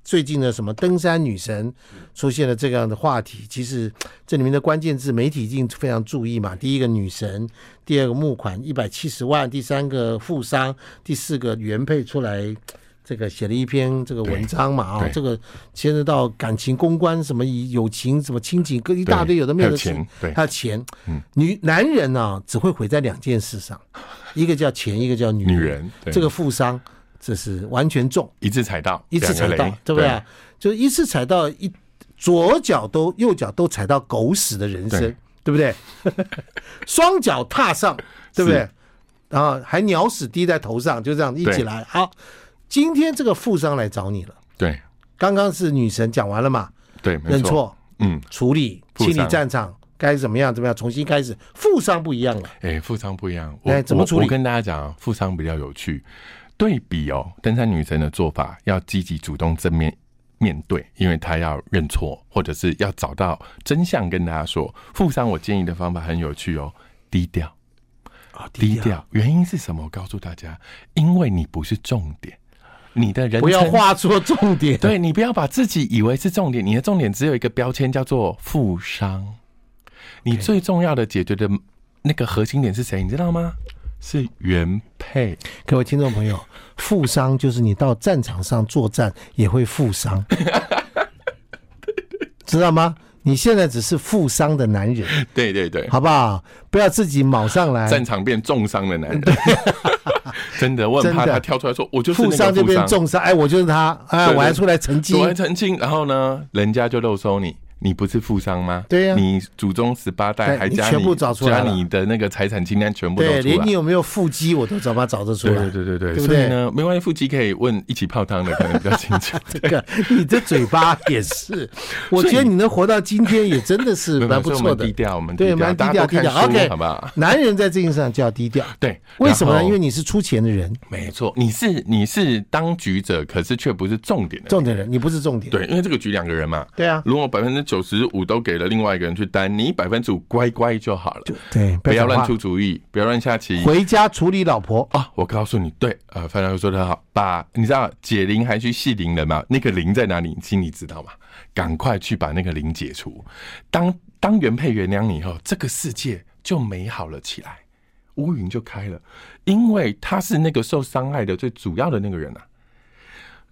Speaker 1: 最近的什么登山女神出现了这样的话题，其实这里面的关键字媒体一定非常注意嘛。第一个女神，第二个募款一百七十万，第三个富商，第四个原配出来。这个写了一篇这个文章嘛啊、
Speaker 2: 对
Speaker 1: 这个牵涉到感情公关，什么友情，什么亲情，各一
Speaker 2: 一
Speaker 1: 大堆有的没有的事
Speaker 2: 钱，对
Speaker 1: 他，的钱。
Speaker 2: 嗯
Speaker 1: 女男人呢、只会毁在两件事上，一个叫钱，一个叫女
Speaker 2: 女人对
Speaker 1: 这个富商，这是完全中，
Speaker 2: 一次踩到，
Speaker 1: 一次
Speaker 2: 两个
Speaker 1: 踩
Speaker 2: 雷
Speaker 1: 到，对不对？？就一次踩到一左脚都右脚都踩到狗屎的人生，对
Speaker 2: 对
Speaker 1: 不对？双脚踏上，对不对
Speaker 2: 是？
Speaker 1: 然后还鸟屎滴在头上，就这样一起
Speaker 2: 对
Speaker 1: 来。好，今天这个富商来找你了，
Speaker 2: 对
Speaker 1: 刚刚是女神讲完了嘛，
Speaker 2: 对，没
Speaker 1: 认
Speaker 2: 错，
Speaker 1: 错，
Speaker 2: 嗯，
Speaker 1: 处理，
Speaker 2: 富
Speaker 1: 清
Speaker 2: 商
Speaker 1: 理战场，该怎么样怎么样，重新开始。富商不一样了，
Speaker 2: 哎，富商不一样，
Speaker 1: 哎
Speaker 2: 我
Speaker 1: 怎么
Speaker 2: 我
Speaker 1: 处理
Speaker 2: 我跟大家讲啊，富商比较有趣，对比哦，登山女神的做法要积极主动正面。面对，因为她要认错，或者是要找到真相跟大家说。富商，我建议的方法很有趣哦，低调。
Speaker 1: 啊，
Speaker 2: 低，调。原因是什么？我告诉大家，因为你不是重点，你的人
Speaker 1: 不要
Speaker 2: 称。
Speaker 1: 画错重点。
Speaker 2: 对你不要把自己以为是重点，你的重点只有一个标签叫做富商。你最重要的解决的那个核心点是谁？你知道吗？是原配。
Speaker 1: 各位听众朋友，负伤就是你到战场上作战也会负 伤，知道吗？你现在只是负伤的男人，
Speaker 2: 对对对，
Speaker 1: 好不好？不要自己卯上来，
Speaker 2: 战场变重伤的男人， 真的，我很怕
Speaker 1: 真的
Speaker 2: 他跳出来说，我就是
Speaker 1: 负
Speaker 2: 那个
Speaker 1: 伤就
Speaker 2: 富
Speaker 1: 变
Speaker 2: 商。
Speaker 1: 重伤。哎，我就是他，哎，
Speaker 2: 对对
Speaker 1: 我还出来澄清
Speaker 2: 躲。完澄清，然后呢，人家就漏收你，你不是富商吗？
Speaker 1: 对呀
Speaker 2: 你祖宗十八代
Speaker 1: 对
Speaker 2: 还
Speaker 1: 你
Speaker 2: 加
Speaker 1: 全部找出来
Speaker 2: 加
Speaker 1: 了
Speaker 2: 你的那个财产清单全部都
Speaker 1: 对，
Speaker 2: 出
Speaker 1: 连你
Speaker 2: 来。
Speaker 1: 有没有腹肌，我都找把找得出
Speaker 2: 对
Speaker 1: 来。
Speaker 2: 对对对对，
Speaker 1: 对不
Speaker 2: 所以
Speaker 1: 对？
Speaker 2: 呢，没关系，腹肌可以问一起泡汤的，可能比较清楚。
Speaker 1: 这个你的嘴巴也是，我觉得你能活到今天也真的 是
Speaker 2: 没有
Speaker 1: 蛮不
Speaker 2: 所以我
Speaker 1: 错
Speaker 2: 们
Speaker 1: 的
Speaker 2: 低。调，我们
Speaker 1: 对，蛮低
Speaker 2: 大
Speaker 1: 调，
Speaker 2: 家多
Speaker 1: 低调。
Speaker 2: 看书
Speaker 1: OK，
Speaker 2: 好不好？
Speaker 1: 男人在这件事上就要低调，
Speaker 2: 对，
Speaker 1: 为什么
Speaker 2: 然
Speaker 1: 呢？
Speaker 2: 后
Speaker 1: 因为你是出钱的人，
Speaker 2: 没错，你是你是当局者，可是却不是重点的。
Speaker 1: 重点人，你不是重点。
Speaker 2: 对，因为这个局两个人嘛，
Speaker 1: 对啊，
Speaker 2: 如果百分之九十五都给了另外一个人去担，你百分之五乖乖就好了，
Speaker 1: 就对，
Speaker 2: 不要
Speaker 1: 讲
Speaker 2: 乱
Speaker 1: 话
Speaker 2: 出，主意，不要乱下棋。
Speaker 1: 回家处理老婆。
Speaker 2: 啊、我告诉你，对，呃，范大哥说的好，把你知道解铃还须系铃人嘛，那个铃在哪里？心里知道嘛，赶快去把那个铃解除。当当原配原谅你以后，这个世界就美好了起来，乌云就开了，因为他是那个受伤害的最主要的那个人啊。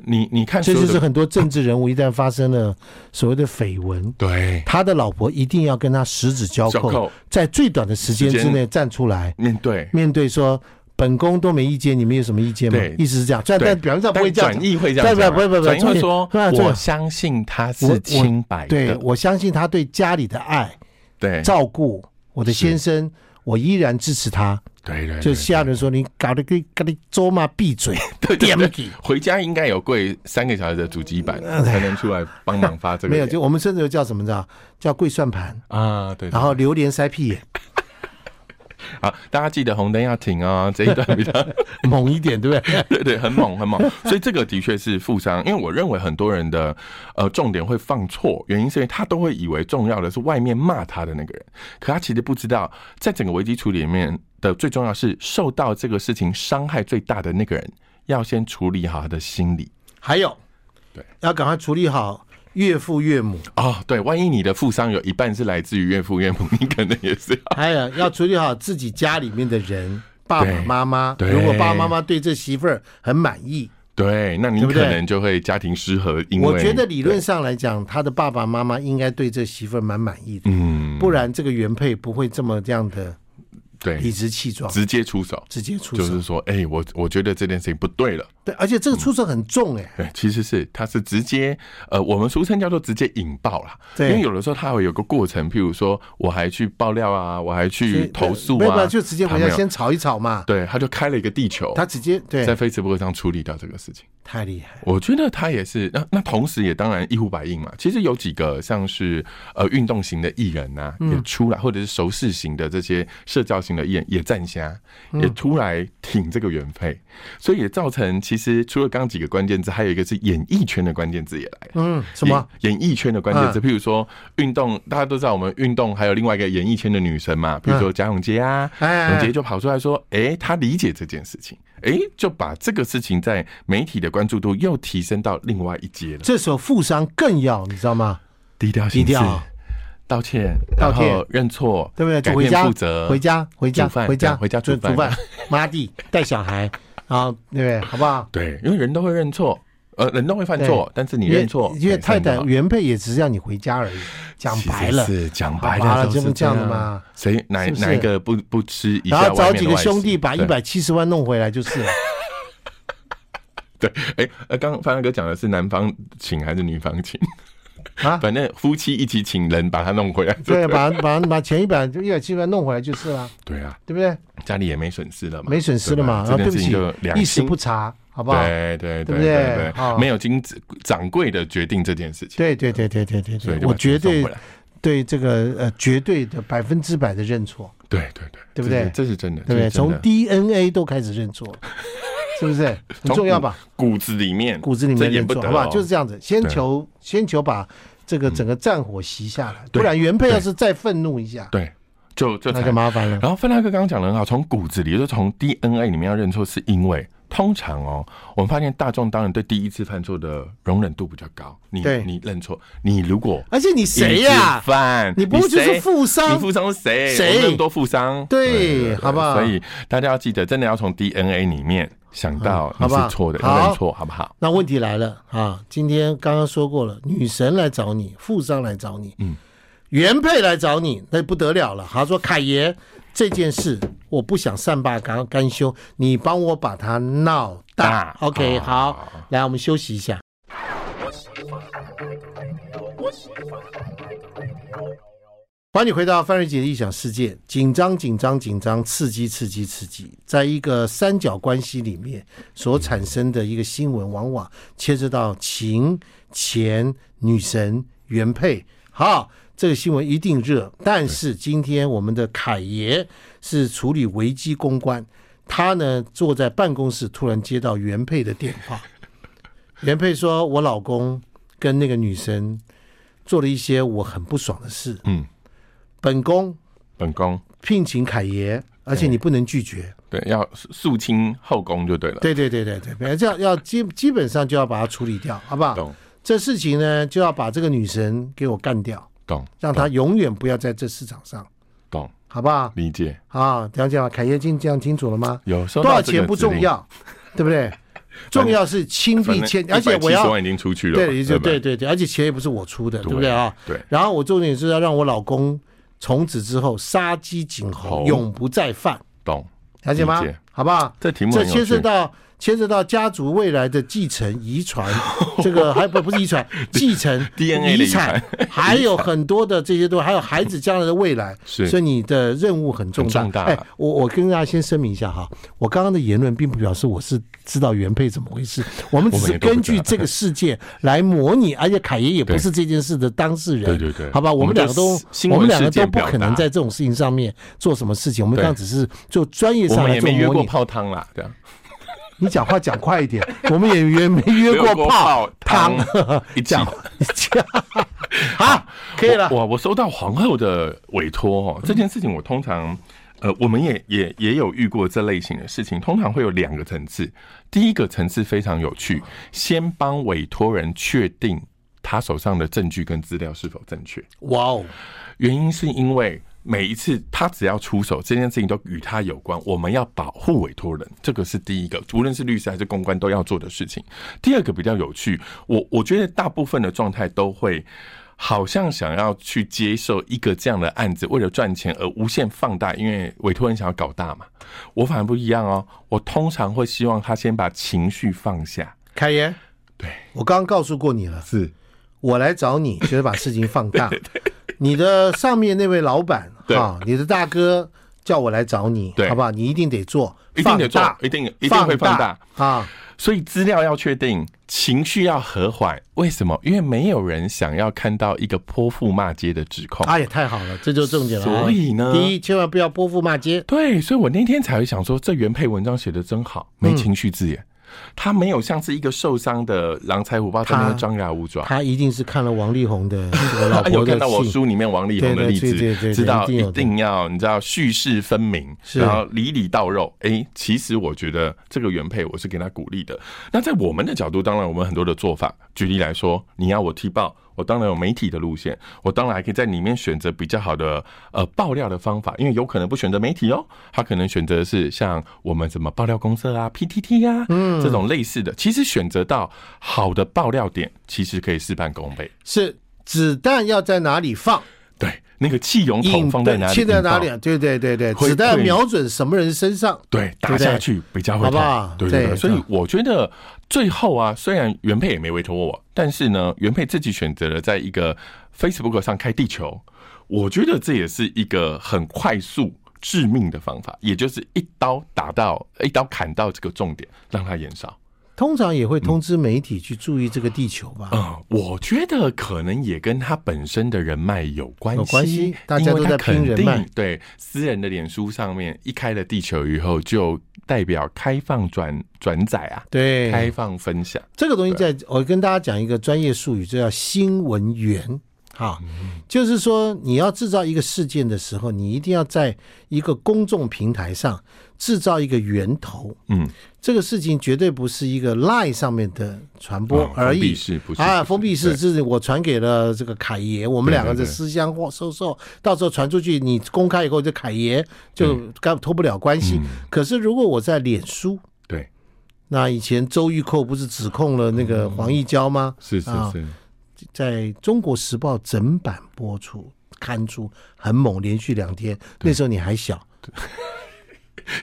Speaker 2: 你你看所
Speaker 1: 这
Speaker 2: 有
Speaker 1: 就
Speaker 2: 的，
Speaker 1: 是很多政治人物一旦发生了所谓的绯闻，
Speaker 2: 对
Speaker 1: 他的老婆一定要跟他十指交
Speaker 2: 交
Speaker 1: 扣
Speaker 2: 扣，
Speaker 1: 在最短的时间
Speaker 2: 时
Speaker 1: 之
Speaker 2: 间
Speaker 1: 内站出来，
Speaker 2: 面对。
Speaker 1: 面对说本宫都没意见，你们有什么意见吗
Speaker 2: 对？
Speaker 1: 意思是这样，但
Speaker 2: 对
Speaker 1: 但表面上不会
Speaker 2: 但
Speaker 1: 这样
Speaker 2: 转
Speaker 1: 讲。
Speaker 2: 意会这样讲啊，
Speaker 1: 不不不不
Speaker 2: 转意
Speaker 1: 重
Speaker 2: 会
Speaker 1: 点
Speaker 2: 说，
Speaker 1: 对啊重点
Speaker 2: 我相信他
Speaker 1: 我我
Speaker 2: 是清白
Speaker 1: 对
Speaker 2: 的，，
Speaker 1: 我相信他对家里的爱、
Speaker 2: 对
Speaker 1: 照顾，我的先生，我依然支持他。
Speaker 2: 对对，
Speaker 1: 就
Speaker 2: 对
Speaker 1: 下人说你搞得跟跟你周嘛闭嘴，
Speaker 2: 对对
Speaker 1: 点
Speaker 2: 对
Speaker 1: 底。
Speaker 2: 回家应该有跪三个小时的主机板才能出来帮忙发这个
Speaker 1: 没有，
Speaker 2: 言。
Speaker 1: 就我们甚至有叫什么你知道？叫跪算盘，
Speaker 2: 啊，对。对
Speaker 1: 然后榴莲塞屁眼，
Speaker 2: 好，大家记得红灯要停哦， 这一段比较
Speaker 1: 猛一点，对不 对？
Speaker 2: 对对，很猛 很猛。所以这个的确是负伤，因为我认为很多人的呃重点会放错，原因是因为他都会以为重要的是外面骂他的那个人，可他其实不知道，在整个危机处理里面的最重要是受到这个事情伤害最大的那个人要先处理好他的心理。
Speaker 1: 还有，
Speaker 2: 对，
Speaker 1: 要赶快处理好岳父岳母，
Speaker 2: 哦，对，万一你的负伤有一半是来自于岳父岳母，你可能也是 要
Speaker 1: 还有要处理好自己家里面的人，爸爸
Speaker 2: 对
Speaker 1: 妈妈。
Speaker 2: 对
Speaker 1: 如果爸爸妈妈对这媳妇儿很满意，
Speaker 2: 对，那你
Speaker 1: 对不对
Speaker 2: 可能就会家庭失和，因为
Speaker 1: 我觉得理论上来讲，他的爸爸妈妈应该对这媳妇儿蛮满意的，
Speaker 2: 嗯，
Speaker 1: 不然这个原配不会这么这样的理
Speaker 2: 对，
Speaker 1: 直气壮，
Speaker 2: 直接出手，
Speaker 1: 直接出
Speaker 2: 就
Speaker 1: 手
Speaker 2: 是。说，哎、我我觉得这件事情不对了。
Speaker 1: 对，而且这个出手很重哎、
Speaker 2: 对，其实是他是直接，呃，我们俗称叫做直接引爆啦。
Speaker 1: 对
Speaker 2: 因为有的时候他会有个过程，譬如说我还去爆料啊，我还去投诉
Speaker 1: 没有没
Speaker 2: 啊，
Speaker 1: 有，就直接回
Speaker 2: 他
Speaker 1: 家
Speaker 2: 没有
Speaker 1: 先吵一吵嘛。
Speaker 2: 对，他就开了一个地球，
Speaker 1: 他直接对
Speaker 2: 在，Facebook 上处理掉这个事情。
Speaker 1: 太厉害了，
Speaker 2: 我觉得他也是，那那同时也当然一呼百应嘛。其实有几个像是呃运动型的艺人呐、也出来，或者是熟视型的这些社交型的艺人也站下，也出来挺这个原配，所以也造成其实除了刚刚几个关键字，还有一个是演艺圈的关键字也来了。
Speaker 1: 嗯，什么？嗯
Speaker 2: 演演艺圈的关键字？譬如说运动，大家都知道我们运动还有另外一个演艺圈的女神嘛，比如说贾永杰啊，
Speaker 1: 嗯哎
Speaker 2: 永杰就跑出来说：“哎、他理解这件事情，哎、就把这个事情在媒体的关注度又提升到另外一阶了。
Speaker 1: 这时候富商更要，你知道吗？
Speaker 2: 低调行
Speaker 1: 低
Speaker 2: 事
Speaker 1: 调，
Speaker 2: 道歉，
Speaker 1: 道
Speaker 2: 然
Speaker 1: 歉
Speaker 2: 后认错，
Speaker 1: 对不对？
Speaker 2: 改
Speaker 1: 就回
Speaker 2: 变
Speaker 1: 家
Speaker 2: 负责，
Speaker 1: 回家，回家，
Speaker 2: 煮饭
Speaker 1: 回家，
Speaker 2: 对回家
Speaker 1: 煮
Speaker 2: 煮饭
Speaker 1: 饭，妈地带小孩，啊，对不对？好不好？
Speaker 2: 对，因为人都会认错，呃，人都会犯错，但是你
Speaker 1: 因为
Speaker 2: 认错，
Speaker 1: 因为
Speaker 2: 改
Speaker 1: 太
Speaker 2: 善
Speaker 1: 太
Speaker 2: 就好
Speaker 1: 原配也只是让你回家而已。讲白了，
Speaker 2: 其实是讲白
Speaker 1: 好吧
Speaker 2: 了，
Speaker 1: 就是这样的嘛。
Speaker 2: 谁哪
Speaker 1: 是不是
Speaker 2: 哪一个不不吃一
Speaker 1: 然
Speaker 2: 下
Speaker 1: 后找
Speaker 2: 外面的
Speaker 1: 几个
Speaker 2: 外食
Speaker 1: 兄弟把一
Speaker 2: 对
Speaker 1: 百七十万弄回来就是了。
Speaker 2: 对，哎、呃，刚刚范大哥讲的是男方请还是女方请？
Speaker 1: 啊
Speaker 2: 反正夫妻一起请人把他弄回来
Speaker 1: 对，
Speaker 2: 就对了
Speaker 1: 把把把前一百一百七十万弄回来就是了，
Speaker 2: 对啊，
Speaker 1: 对不对？
Speaker 2: 家里也没损失了嘛，
Speaker 1: 没损失了嘛。然
Speaker 2: 对吧
Speaker 1: 后对
Speaker 2: 这
Speaker 1: 不
Speaker 2: 件事
Speaker 1: 起
Speaker 2: 情就，良
Speaker 1: 一时
Speaker 2: 心
Speaker 1: 不察，好不好？
Speaker 2: 对
Speaker 1: 对
Speaker 2: 对对
Speaker 1: 不对
Speaker 2: 对
Speaker 1: 啊
Speaker 2: 对，没有经掌柜的决定这件事情，
Speaker 1: 对对对对对对
Speaker 2: 所以
Speaker 1: 对，
Speaker 2: 就
Speaker 1: 我
Speaker 2: 把钱
Speaker 1: 绝对
Speaker 2: 送回来
Speaker 1: 对这个呃绝对的百分之百的认错。
Speaker 2: 对对对，
Speaker 1: 对不对
Speaker 2: 这是这是真的，
Speaker 1: 对不对？
Speaker 2: 这是真的
Speaker 1: 从 DNA 都开始认 错，是不是很
Speaker 2: 从
Speaker 1: 重要吧？
Speaker 2: 骨子里面，
Speaker 1: 骨子里
Speaker 2: 这
Speaker 1: 面
Speaker 2: 也
Speaker 1: 认
Speaker 2: 不
Speaker 1: 错，
Speaker 2: 得
Speaker 1: 好不好？
Speaker 2: 哦
Speaker 1: 就是这样子，先
Speaker 2: 对
Speaker 1: 求先求把这个整个战火熄下来，不
Speaker 2: 嗯对
Speaker 1: 然原配要
Speaker 2: 对
Speaker 1: 是再愤怒一下，
Speaker 2: 对，就就
Speaker 1: 那
Speaker 2: 惨
Speaker 1: 就麻烦了。
Speaker 2: 然后范大哥刚刚讲的很好，从骨子里，就是从 DNA 里面要认错，是因为通常哦，我们发现大众当然对第一次犯错的容忍度比较高。你
Speaker 1: 对
Speaker 2: 你认错，你如果
Speaker 1: 而且你谁
Speaker 2: 一
Speaker 1: 呀
Speaker 2: 次？犯，
Speaker 1: 你不会就是
Speaker 2: 谁
Speaker 1: 富商
Speaker 2: 你富商是谁？
Speaker 1: 谁
Speaker 2: 我们那么多富商？
Speaker 1: 对好不好
Speaker 2: 所以大家要记得，真的要从 DNA 里面想到
Speaker 1: 嗯好
Speaker 2: 你
Speaker 1: 不
Speaker 2: 是
Speaker 1: 好
Speaker 2: 错的，
Speaker 1: 好
Speaker 2: 要认错，好不好？
Speaker 1: 那问题来了啊！今天刚刚说过了，女神来找你，富商来找你，嗯，原配来找你，那不得了了。他说：“凯爷，这件事我不想善罢甘甘休，你帮我把它闹大。
Speaker 2: 大
Speaker 1: OK，
Speaker 2: 啊
Speaker 1: 好，来，我们休息一下。欢迎你回到范瑞杰的异想世界，紧张，紧张，紧张，刺激，刺激，刺激，在一个三角关系里面所产生的一个新闻，往往牵涉到情、钱、女神、原配。好，这个新闻一定热，但是今天我们的凯爷是处理危机公关，他呢坐在办公室，突然接到原配的电话，原配说：“我老公跟那个女生做了一些我很不爽的事。
Speaker 2: 嗯，
Speaker 1: 本宫
Speaker 2: 本宫
Speaker 1: 聘请凯爷，而且你不能拒绝。
Speaker 2: 对要肃清后宫就对了。
Speaker 1: 对对对对对，反正要要基基本上就要把它处理掉，好不好？
Speaker 2: 懂
Speaker 1: 这事情呢，就要把这个女神给我干掉，
Speaker 2: 懂，
Speaker 1: 让她永远不要在这市场上，
Speaker 2: 懂
Speaker 1: 好不好？
Speaker 2: 理解。
Speaker 1: 啊，了解吗？凯爷今这样清楚了吗？
Speaker 2: 有收
Speaker 1: 多
Speaker 2: 到
Speaker 1: 少
Speaker 2: 这个
Speaker 1: 钱不
Speaker 2: 指令
Speaker 1: 重，要，对不对？重要是亲
Speaker 2: 反
Speaker 1: 笔
Speaker 2: 正
Speaker 1: 签，而且我
Speaker 2: 170
Speaker 1: 要
Speaker 2: 万已经出去了嘛，
Speaker 1: 对，也就
Speaker 2: 吧
Speaker 1: 对对对，而且钱也不是我出的，对不
Speaker 2: 对
Speaker 1: 对啊？
Speaker 2: 对，
Speaker 1: 然后我重点是要让我老公从此之后杀鸡儆猴，
Speaker 2: 猴
Speaker 1: 永不再犯，
Speaker 2: 懂。
Speaker 1: 了解吗
Speaker 2: 理解？
Speaker 1: 好不好？
Speaker 2: 这题目
Speaker 1: 这
Speaker 2: 很有
Speaker 1: 牵涉
Speaker 2: 趣，
Speaker 1: 到牵涉到家族未来的继承、遗传， 这个还不不是遗传，继承
Speaker 2: DNA 的遗传
Speaker 1: 产，还有很多的这些东西，还有孩子将来的未来，
Speaker 2: 是
Speaker 1: 所以你的任务很重大。
Speaker 2: 很重大
Speaker 1: 哎，我我跟大家先声明一下哈，我刚刚的言论并不表示我是知道原配怎么回事，我们只
Speaker 2: 我们
Speaker 1: 是
Speaker 2: 也都不
Speaker 1: 根据
Speaker 2: 知道
Speaker 1: 这个事件来模拟，而且凯爷也不
Speaker 2: 对
Speaker 1: 是这件事的当事人，
Speaker 2: 对对对
Speaker 1: 好吧，我
Speaker 2: 我
Speaker 1: 们
Speaker 2: 们
Speaker 1: 两个都
Speaker 2: 就新
Speaker 1: 我们
Speaker 2: 闻
Speaker 1: 两个
Speaker 2: 事
Speaker 1: 都
Speaker 2: 件
Speaker 1: 不可
Speaker 2: 表
Speaker 1: 能
Speaker 2: 达
Speaker 1: 在这种事情上面做什么事情，我们
Speaker 2: 对
Speaker 1: 刚刚只是就专业
Speaker 2: 我
Speaker 1: 上
Speaker 2: 们
Speaker 1: 来
Speaker 2: 也
Speaker 1: 做
Speaker 2: 没约
Speaker 1: 模
Speaker 2: 过
Speaker 1: 拟。
Speaker 2: 泡汤啦，对啊，
Speaker 1: 你讲话讲快一点， 我们也约没约过泡汤
Speaker 2: 没有过泡汤一 起
Speaker 1: 讲讲 好，可以了。嗯
Speaker 2: 我我收到皇后的委托哦，这件事情我通常，呃，我们也也也有遇过这类型的事情，通常会有两个层次。第一个层次非常有
Speaker 1: 哦
Speaker 2: 趣，先帮委托人确定他手上的证据跟资料是否正确，
Speaker 1: 哇哦，
Speaker 2: 原因是因为。每一次他只要出手，这件事情都与他有关。我们要保护委托人，这个是第一个，无论是律师还是公关都要做的事情。第二个比较有趣，我我觉得大部分的状态都会。好像想要去接受一个这样的案子，为了赚钱而无限放大，因为委托人想要搞大嘛。我反而不一样哦，我通常会希望他先把情绪放下。
Speaker 1: 凯爷，
Speaker 2: 对，
Speaker 1: 我刚刚告诉过你了，
Speaker 2: 是
Speaker 1: 我来找你就是把事情放 大。你的上面那位老板
Speaker 2: 对
Speaker 1: 啊，你的大哥叫我来找你，
Speaker 2: 对
Speaker 1: 好不好？你一定得做，
Speaker 2: 一定得做
Speaker 1: 放大，
Speaker 2: 一定一定会放大
Speaker 1: 啊！
Speaker 2: 所以资料要确定，情绪要和缓。为什么？因为没有人想要看到一个泼妇骂街的指控。
Speaker 1: 哎呀，太好了，这就是重点了啊。
Speaker 2: 所以呢
Speaker 1: 第一，千万不要泼妇骂街。
Speaker 2: 对，所以我那天才会想说，这原配文章写的真好，没情绪字眼，他没有像是一个受伤的狼豺虎豹在那
Speaker 1: 他
Speaker 2: 边张牙舞爪。
Speaker 1: 他一定是看了王力宏 的这个老
Speaker 2: 啊有
Speaker 1: 婆
Speaker 2: 看
Speaker 1: 的
Speaker 2: 到我
Speaker 1: 信，
Speaker 2: 书里面王力宏的例
Speaker 1: 对对对对对
Speaker 2: 子，知道
Speaker 1: 一定有
Speaker 2: 一
Speaker 1: 的
Speaker 2: 定要你知道叙事分明，
Speaker 1: 是
Speaker 2: 然后里里到肉。哎，其实我觉得这个原配我是给他鼓励的。那在我们的角度，当然我们很多的做法，举例来说，你要我踢爆。我当然有媒体的路线，我当然还可以在里面选择比较好的呃爆料的方法，因为有可能不选择媒体哦，他可能选择的是像我们什么爆料公社啊、PTT 啊，嗯，这种类似的。其实选择到好的爆料点，其实可以事半功倍。
Speaker 1: 是子弹要在哪里放，
Speaker 2: 对，那个气溶
Speaker 1: 引
Speaker 2: 筒放在哪里？
Speaker 1: 切在
Speaker 2: 引
Speaker 1: 哪
Speaker 2: 爆
Speaker 1: 里？？啊对对对对，
Speaker 2: 会
Speaker 1: 子弹瞄准什么人身上？
Speaker 2: 对，打
Speaker 1: 对
Speaker 2: 下去比较会
Speaker 1: 好不
Speaker 2: 痛
Speaker 1: 好。
Speaker 2: 对对
Speaker 1: 对
Speaker 2: 对，所以
Speaker 1: 对
Speaker 2: 我觉得最后啊，虽然原配也没委托我，但是呢，原配自己选择了在一个 Facebook 上开地球，我觉得这也是一个很快速。致命的方法，也就是一刀打到，一刀砍到这个重点，让它延烧。
Speaker 1: 通常也会通知媒体去注意这个地球吧。
Speaker 2: 嗯，我觉得可能也跟他本身的人脉有关系，
Speaker 1: 有关系大家
Speaker 2: 因为
Speaker 1: 都在
Speaker 2: 他肯
Speaker 1: 拼人
Speaker 2: 定
Speaker 1: 脉
Speaker 2: 对，私人的脸书上面一开了地球以后，就代表开放转转载啊，开
Speaker 1: 对，
Speaker 2: 放分享，
Speaker 1: 这个东西在我跟大家讲一个专业术语，这叫新闻源。哈，
Speaker 2: 嗯
Speaker 1: 就是说你要制造一个事件的时候，你一定要在一个公众平台上制造一个源头。
Speaker 2: 嗯，
Speaker 1: 这个事情绝对不是一个 Line 上面的传播
Speaker 2: 哦
Speaker 1: 而
Speaker 2: 封
Speaker 1: 已
Speaker 2: 闭，式不是
Speaker 1: 啊，
Speaker 2: 不是
Speaker 1: 封闭式
Speaker 2: 对
Speaker 1: 是我传给了这个凯爷，我们
Speaker 2: 对
Speaker 1: 两个
Speaker 2: 对
Speaker 1: 的
Speaker 2: 对
Speaker 1: 私相或收受，到时候传出去，你公开以后，这凯爷就干脱不了关系。
Speaker 2: 嗯
Speaker 1: 可是如果我在脸书，
Speaker 2: 对，
Speaker 1: 那以前周玉蔻不是指控了那个黄义交吗？
Speaker 2: 是是
Speaker 1: 啊
Speaker 2: 是，
Speaker 1: 在《中国时报》整版播出，刊出很猛，连续两天。那时候你还小，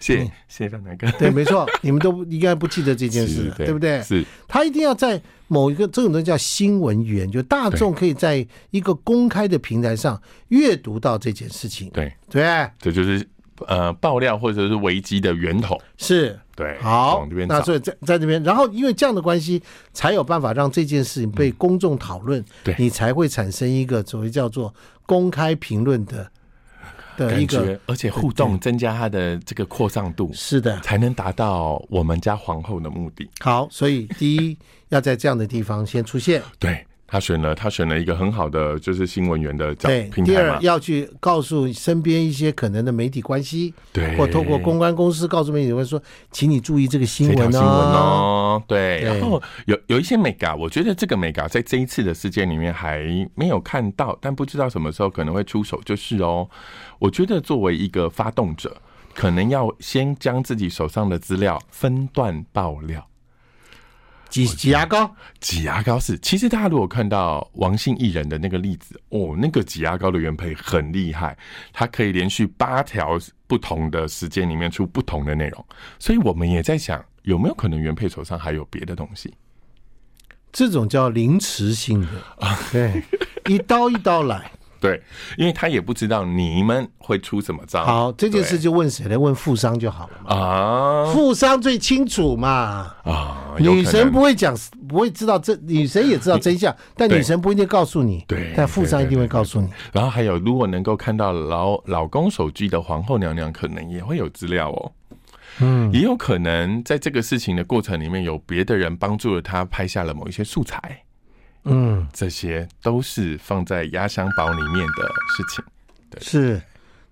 Speaker 2: 谢谢谢谢范大哥，
Speaker 1: 对，没错，你们都应该不记得嗯这件事
Speaker 2: 是
Speaker 1: 了，对不对？
Speaker 2: 是，
Speaker 1: 他一定要在某一个这种东西叫新闻源，就大众可以在一个公开的平台上阅读到这件事情，
Speaker 2: 对，
Speaker 1: 对，
Speaker 2: 这就是呃爆料或者是危机的源头，
Speaker 1: 是。
Speaker 2: 对，
Speaker 1: 好
Speaker 2: 往这，边
Speaker 1: 那
Speaker 2: 找，
Speaker 1: 所以在在这边，然后因为这样的关系，才有办法让这件事情被公众讨论，
Speaker 2: 对
Speaker 1: 你才会产生一个所谓叫做公开评论的的一
Speaker 2: 感
Speaker 1: 个，
Speaker 2: 觉，而且互动增加它的这个扩散度，
Speaker 1: 是的。
Speaker 2: 才能达到我们家皇后的目的。
Speaker 1: 好，所以第一要在这样的地方先出现，
Speaker 2: 对，他选了他选了一个很好的就是新闻源的角
Speaker 1: 对，
Speaker 2: 平
Speaker 1: 第
Speaker 2: 台
Speaker 1: 二
Speaker 2: 嘛，
Speaker 1: 要去告诉身边一些可能的媒体关系，
Speaker 2: 对，
Speaker 1: 或透过公关公司告诉媒体关系说，请你注意这个新
Speaker 2: 这条
Speaker 1: 闻
Speaker 2: 新闻
Speaker 1: 哦。
Speaker 2: 哦，对，
Speaker 1: 对
Speaker 2: 然后有有一些美嘎，我觉得这个美嘎在这一次的事件里面还没有看到，但不知道什么时候可能会出手，就是哦，我觉得作为一个发动者，可能要先将自己手上的资料分段爆料。
Speaker 1: 挤挤牙膏，
Speaker 2: 挤牙膏是，其实大家如果看到王姓艺人的那个例子，哦，那个挤牙膏的原配很厉害，它可以连续八条不同的时间里面出不同的内容，所以我们也在想，有没有可能原配手上还有别的东西？
Speaker 1: 这种叫凌迟性 的，对，一刀一刀来。
Speaker 2: 对，因为他也不知道你们会出什么招。
Speaker 1: 好，这件事
Speaker 2: 对
Speaker 1: 就问谁来？问富商就好了嘛，
Speaker 2: 啊
Speaker 1: 富商最清楚嘛。
Speaker 2: 啊，有可
Speaker 1: 女神
Speaker 2: 能
Speaker 1: 不会讲，不会知道真，女神也知道真相，但女神不一定告诉你，
Speaker 2: 对
Speaker 1: 但富商一定会告诉你。
Speaker 2: 然后还有，如果能够看到老老公手机的皇后娘娘，可能也会有资料哦。嗯，也有可能在这个事情的过程里面，有别的人帮助了她拍下了某一些素材，
Speaker 1: 嗯，
Speaker 2: 这些都是放在压箱宝里面的事情。
Speaker 1: 是。